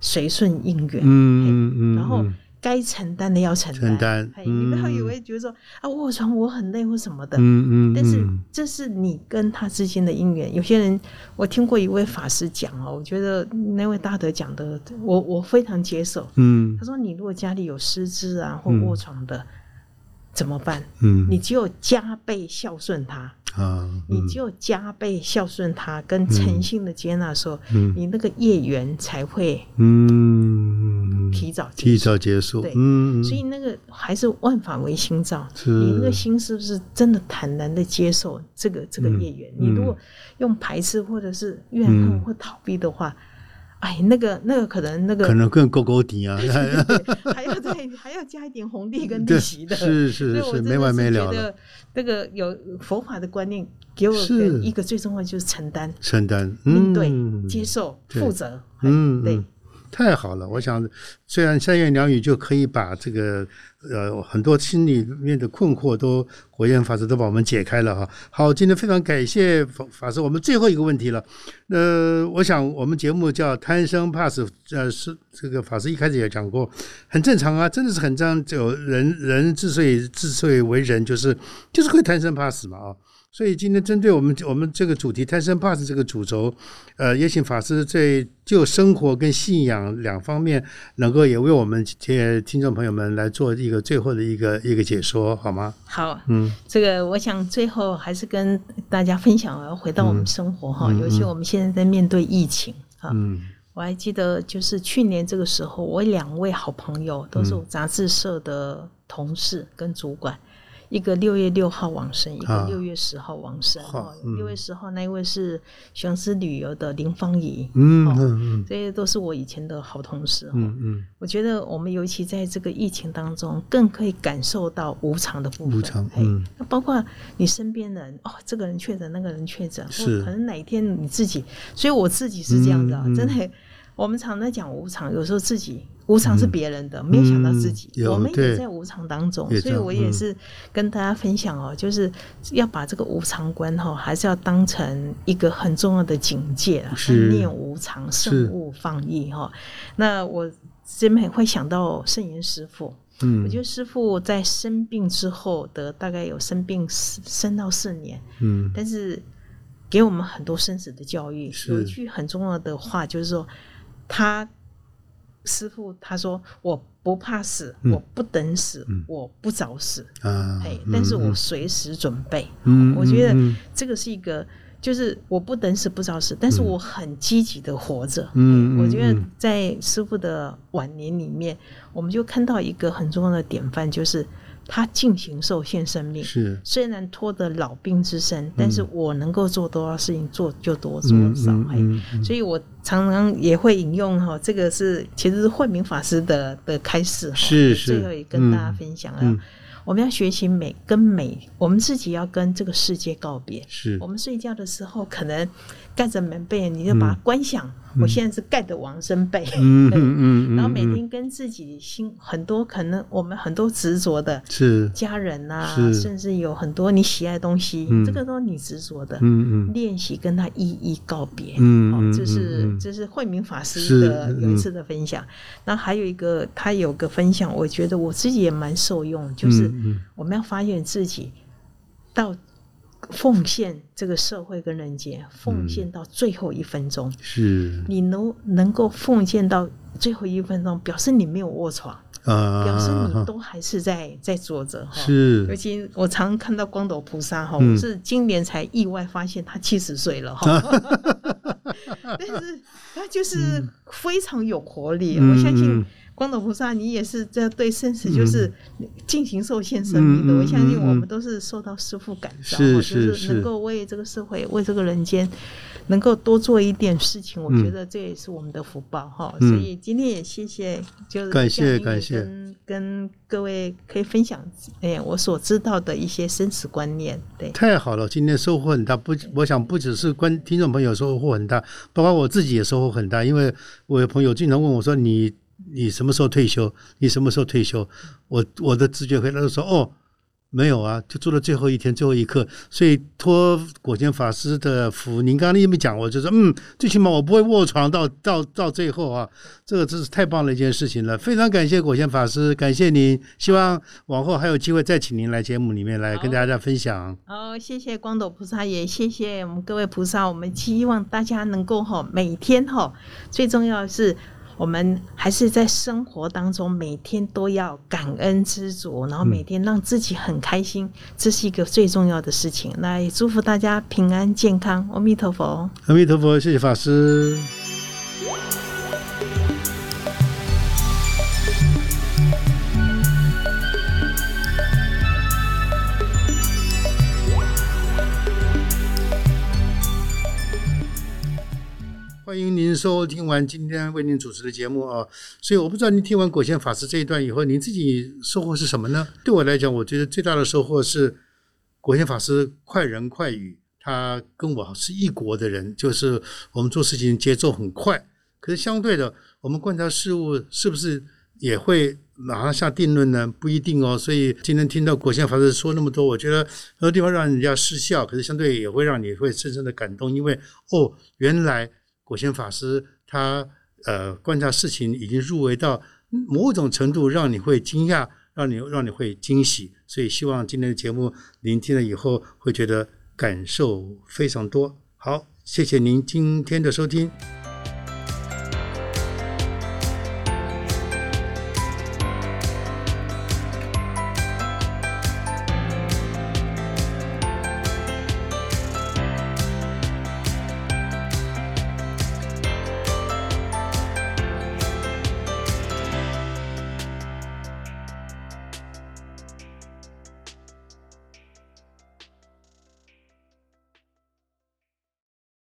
[SPEAKER 2] 随顺因缘。
[SPEAKER 1] 嗯嗯嗯，
[SPEAKER 2] 哎然后
[SPEAKER 1] 嗯
[SPEAKER 2] 该承担的要承担。
[SPEAKER 1] 承担
[SPEAKER 2] 哎你不要
[SPEAKER 1] 嗯
[SPEAKER 2] 以为觉得说啊，卧床我很累或什么的，
[SPEAKER 1] 嗯嗯，
[SPEAKER 2] 但是
[SPEAKER 1] 嗯
[SPEAKER 2] 这是你跟他之间的因缘。有些人，我听过一位法师讲哦，我觉得那位大德讲的，我我非常接受。
[SPEAKER 1] 嗯
[SPEAKER 2] 他说，你如果家里有失智啊或
[SPEAKER 1] 嗯
[SPEAKER 2] 卧床的，怎么办？
[SPEAKER 1] 嗯，
[SPEAKER 2] 你只有加倍孝顺他，
[SPEAKER 1] 啊，
[SPEAKER 2] 你
[SPEAKER 1] 嗯
[SPEAKER 2] 只有加倍孝顺他，跟诚心的接纳说，
[SPEAKER 1] 嗯
[SPEAKER 2] 你那个业缘才会
[SPEAKER 1] 嗯，
[SPEAKER 2] 提早结束
[SPEAKER 1] 提早结束
[SPEAKER 2] 对，
[SPEAKER 1] 嗯，
[SPEAKER 2] 所以那个还是万法唯心造，
[SPEAKER 1] 是
[SPEAKER 2] 你那个心是不是真的坦然的接受这个这个业缘？
[SPEAKER 1] 嗯
[SPEAKER 2] 你如果用排斥或者是怨恨
[SPEAKER 1] 嗯
[SPEAKER 2] 或逃避的话，哎，那个那个可能那
[SPEAKER 1] 可
[SPEAKER 2] 个
[SPEAKER 1] 能更勾勾底 [laughs] 啊，
[SPEAKER 2] 还要再
[SPEAKER 1] [laughs]
[SPEAKER 2] 还要加一点红利跟利息的，
[SPEAKER 1] 是
[SPEAKER 2] 所以
[SPEAKER 1] 是
[SPEAKER 2] 我
[SPEAKER 1] 是，
[SPEAKER 2] 真的
[SPEAKER 1] 没完没了了，
[SPEAKER 2] 觉得那个有佛法的观念给我
[SPEAKER 1] 是
[SPEAKER 2] 的一个最重要就是承担、
[SPEAKER 1] 承担，
[SPEAKER 2] 面对、
[SPEAKER 1] 嗯
[SPEAKER 2] 接受、
[SPEAKER 1] 对
[SPEAKER 2] 负责。哎
[SPEAKER 1] 嗯，
[SPEAKER 2] 对
[SPEAKER 1] 嗯，太好了！我想，虽然三言两语就可以把这个呃很多心里面的困惑都火焰法师都把我们解开了哈。好，今天非常感谢法法师。我们最后一个问题了，呃，我想我们节目叫贪生怕死，呃，是这个法师一开始也讲过，很正常啊，真的是很正常。有人人之所以之所以为人，就是就是会贪生怕死嘛啊。所以今天针对我们我们这个主题“贪生怕死”这个主轴，呃，也请法师在就生活跟信仰两方面，能够也为我们听听众朋友们来做一个最后的一个一个解说，好吗？
[SPEAKER 2] 好，
[SPEAKER 1] 嗯，
[SPEAKER 2] 这个我想最后还是跟大家分享啊，回到我们生活哈、
[SPEAKER 1] 嗯嗯
[SPEAKER 2] 尤其我们现在在面对疫情哈、
[SPEAKER 1] 嗯
[SPEAKER 2] 我还记得就是去年这个时候，我两位好朋友都是我杂志社的同事跟主管，一个六月六号往生，一
[SPEAKER 1] 啊
[SPEAKER 2] 个六月十号往生。
[SPEAKER 1] 好
[SPEAKER 2] 哦
[SPEAKER 1] 嗯
[SPEAKER 2] 六、月十号那一位是雄狮旅游的林芳怡，
[SPEAKER 1] 嗯
[SPEAKER 2] 哦
[SPEAKER 1] 嗯
[SPEAKER 2] 这些都是我以前的好同事。哦
[SPEAKER 1] 嗯嗯，
[SPEAKER 2] 我觉得我们尤其在这个疫情当中，更可以感受到无常的部分。
[SPEAKER 1] 无常
[SPEAKER 2] 嘿
[SPEAKER 1] 嗯，
[SPEAKER 2] 那包括你身边人哦，这个人确诊，那个人确诊，或
[SPEAKER 1] 是
[SPEAKER 2] 可能哪一天你自己，所以我自己是这样子啊，
[SPEAKER 1] 嗯嗯
[SPEAKER 2] 真的，我们常在讲无常，有时候自己无常是别人的，没有想到自己，
[SPEAKER 1] 嗯有
[SPEAKER 2] 我们
[SPEAKER 1] 对
[SPEAKER 2] 也在无常当中
[SPEAKER 1] 也，这
[SPEAKER 2] 所
[SPEAKER 1] 样嗯
[SPEAKER 2] 以我也是跟大家分享哦，就是要把这个无常观哈、哦，还是要当成一个很重要的警戒啊，
[SPEAKER 1] 是
[SPEAKER 2] 念无常，
[SPEAKER 1] 是
[SPEAKER 2] 慎勿放逸哈、那我这边会想到圣严师傅，
[SPEAKER 1] 嗯
[SPEAKER 2] 我觉得师傅在生病之后的大概有生病四三到四年，
[SPEAKER 1] 嗯
[SPEAKER 2] 但是给我们很多生死的教育。
[SPEAKER 1] 是
[SPEAKER 2] 有一句很重要的话就是说，他师傅他说：“我不怕死，
[SPEAKER 1] 嗯
[SPEAKER 2] 我不等死，
[SPEAKER 1] 嗯
[SPEAKER 2] 我不早死，
[SPEAKER 1] 啊
[SPEAKER 2] 哎，但是我随时准备。
[SPEAKER 1] 嗯
[SPEAKER 2] 我觉得
[SPEAKER 1] 嗯嗯
[SPEAKER 2] 这个是一个，就是我不等死不早死，但是我很积极的活着。
[SPEAKER 1] 嗯
[SPEAKER 2] 哎我
[SPEAKER 1] 嗯
[SPEAKER 2] 觉得
[SPEAKER 1] 嗯
[SPEAKER 2] 在师傅的晚年里面，我们就看到一个很重要的典范，就是他进行受限生
[SPEAKER 1] 嗯
[SPEAKER 2] 命。
[SPEAKER 1] 是
[SPEAKER 2] 虽然拖得老病之身，但是我能够做多少事情做就多做
[SPEAKER 1] 嗯
[SPEAKER 2] 少。
[SPEAKER 1] 嗯
[SPEAKER 2] 哎
[SPEAKER 1] 嗯嗯
[SPEAKER 2] 所以我常常也会引用哈，这个是其实是慧明法师的的开示哈，
[SPEAKER 1] 是是
[SPEAKER 2] 最后也跟大家分享啊，
[SPEAKER 1] 嗯
[SPEAKER 2] 我们要学习美跟美，我们自己要跟这个世界告别。
[SPEAKER 1] 是
[SPEAKER 2] 我们睡觉的时候可能盖着棉被，你就把它关上。我现在是盖着王生被，
[SPEAKER 1] 嗯嗯嗯嗯，
[SPEAKER 2] 然后每
[SPEAKER 1] 嗯
[SPEAKER 2] 天跟自己心很多可能我们很多执着的
[SPEAKER 1] 是，
[SPEAKER 2] 家人呐、
[SPEAKER 1] 是
[SPEAKER 2] 甚至有很多你喜爱的东西，
[SPEAKER 1] 嗯
[SPEAKER 2] 这个都是你执着的。
[SPEAKER 1] 嗯嗯
[SPEAKER 2] 练习跟他一一告别。
[SPEAKER 1] 嗯
[SPEAKER 2] 哦
[SPEAKER 1] 嗯，
[SPEAKER 2] 这是
[SPEAKER 1] 嗯嗯
[SPEAKER 2] 这是慧明法师
[SPEAKER 1] 是
[SPEAKER 2] 的
[SPEAKER 1] 嗯
[SPEAKER 2] 有一次的分享。那还有一个，他有个分享，我觉得我自己也蛮受用，就是
[SPEAKER 1] 嗯嗯
[SPEAKER 2] 我们要发现自己到奉献这个社会跟人间，奉
[SPEAKER 1] 嗯
[SPEAKER 2] 献到最后一分钟，
[SPEAKER 1] 是
[SPEAKER 2] 你能能够奉献到最后一分钟，表示你没有卧床，
[SPEAKER 1] 啊，
[SPEAKER 2] 表示你都还是在在坐着哈。尤
[SPEAKER 1] 是
[SPEAKER 2] 其我常看到光头菩萨哈，
[SPEAKER 1] 嗯
[SPEAKER 2] 我是今年才意外发现他七十岁
[SPEAKER 1] [laughs]
[SPEAKER 2] 了哈，但是他就是非常有活力。
[SPEAKER 1] 嗯
[SPEAKER 2] 我相信光头菩萨，你也是在对生死就是尽情受献生命的。
[SPEAKER 1] 嗯嗯嗯
[SPEAKER 2] 我相信
[SPEAKER 1] 嗯嗯
[SPEAKER 2] 我们都是受到师父感召，
[SPEAKER 1] 是
[SPEAKER 2] 就是是能够为这个社会、为这个人间。能够多做一点事情，我
[SPEAKER 1] 嗯
[SPEAKER 2] 觉得这也是我们的福报哈。
[SPEAKER 1] 嗯
[SPEAKER 2] 所以今天也谢谢，就是
[SPEAKER 1] 感谢
[SPEAKER 2] 江一鸣
[SPEAKER 1] 感谢
[SPEAKER 2] 跟跟各位可以分享，哎、我所知道的一些生死观念。对，
[SPEAKER 1] 太好了，今天收获很大，不，我想不只是观听众朋友收获很大，包括我自己也收获很大，因为我有朋友经常问我说你你什么时候退休？你什么时候退休？我我的直觉回答就说哦。没有啊，就做到最后一天、最后一刻，所以托果贤法师的福，您刚刚那么讲，我就说，嗯，最起码我不会卧床到到到最后啊，这个真是太棒的一件事情了，非常感谢果贤法师，感谢您，希望往后还有机会再请您来节目里面来跟大家分享。
[SPEAKER 2] 好，谢谢光斗菩萨，也谢谢我们各位菩萨。我们希望大家能够哈，每天哈，最重要的是。我们还是在生活当中，每天都要感恩知足，然后每天让自己很开心，这是一个最重要的事情。那也祝福大家平安健康，阿弥陀佛。
[SPEAKER 1] 阿弥陀佛，谢谢法师。欢迎您收听完今天为您主持的节目啊，所以我不知道您听完果贤法师这一段以后，您自己收获是什么呢？对我来讲，我觉得最大的收获是，国贤法师快人快语，他跟我是一国的人，就是我们做事情节奏很快。可是相对的，我们观察事物是不是也会马上下定论呢？不一定哦。所以今天听到国贤法师说那么多，我觉得很多地方让人家失笑，可是相对也会让你会深深的感动，因为哦，原来国贤法师他呃观察事情已经入围到某种程度，让你会惊讶，让你让你会惊喜。所以希望今天的节目您听了以后会觉得感受非常多。好，谢谢您今天的收听，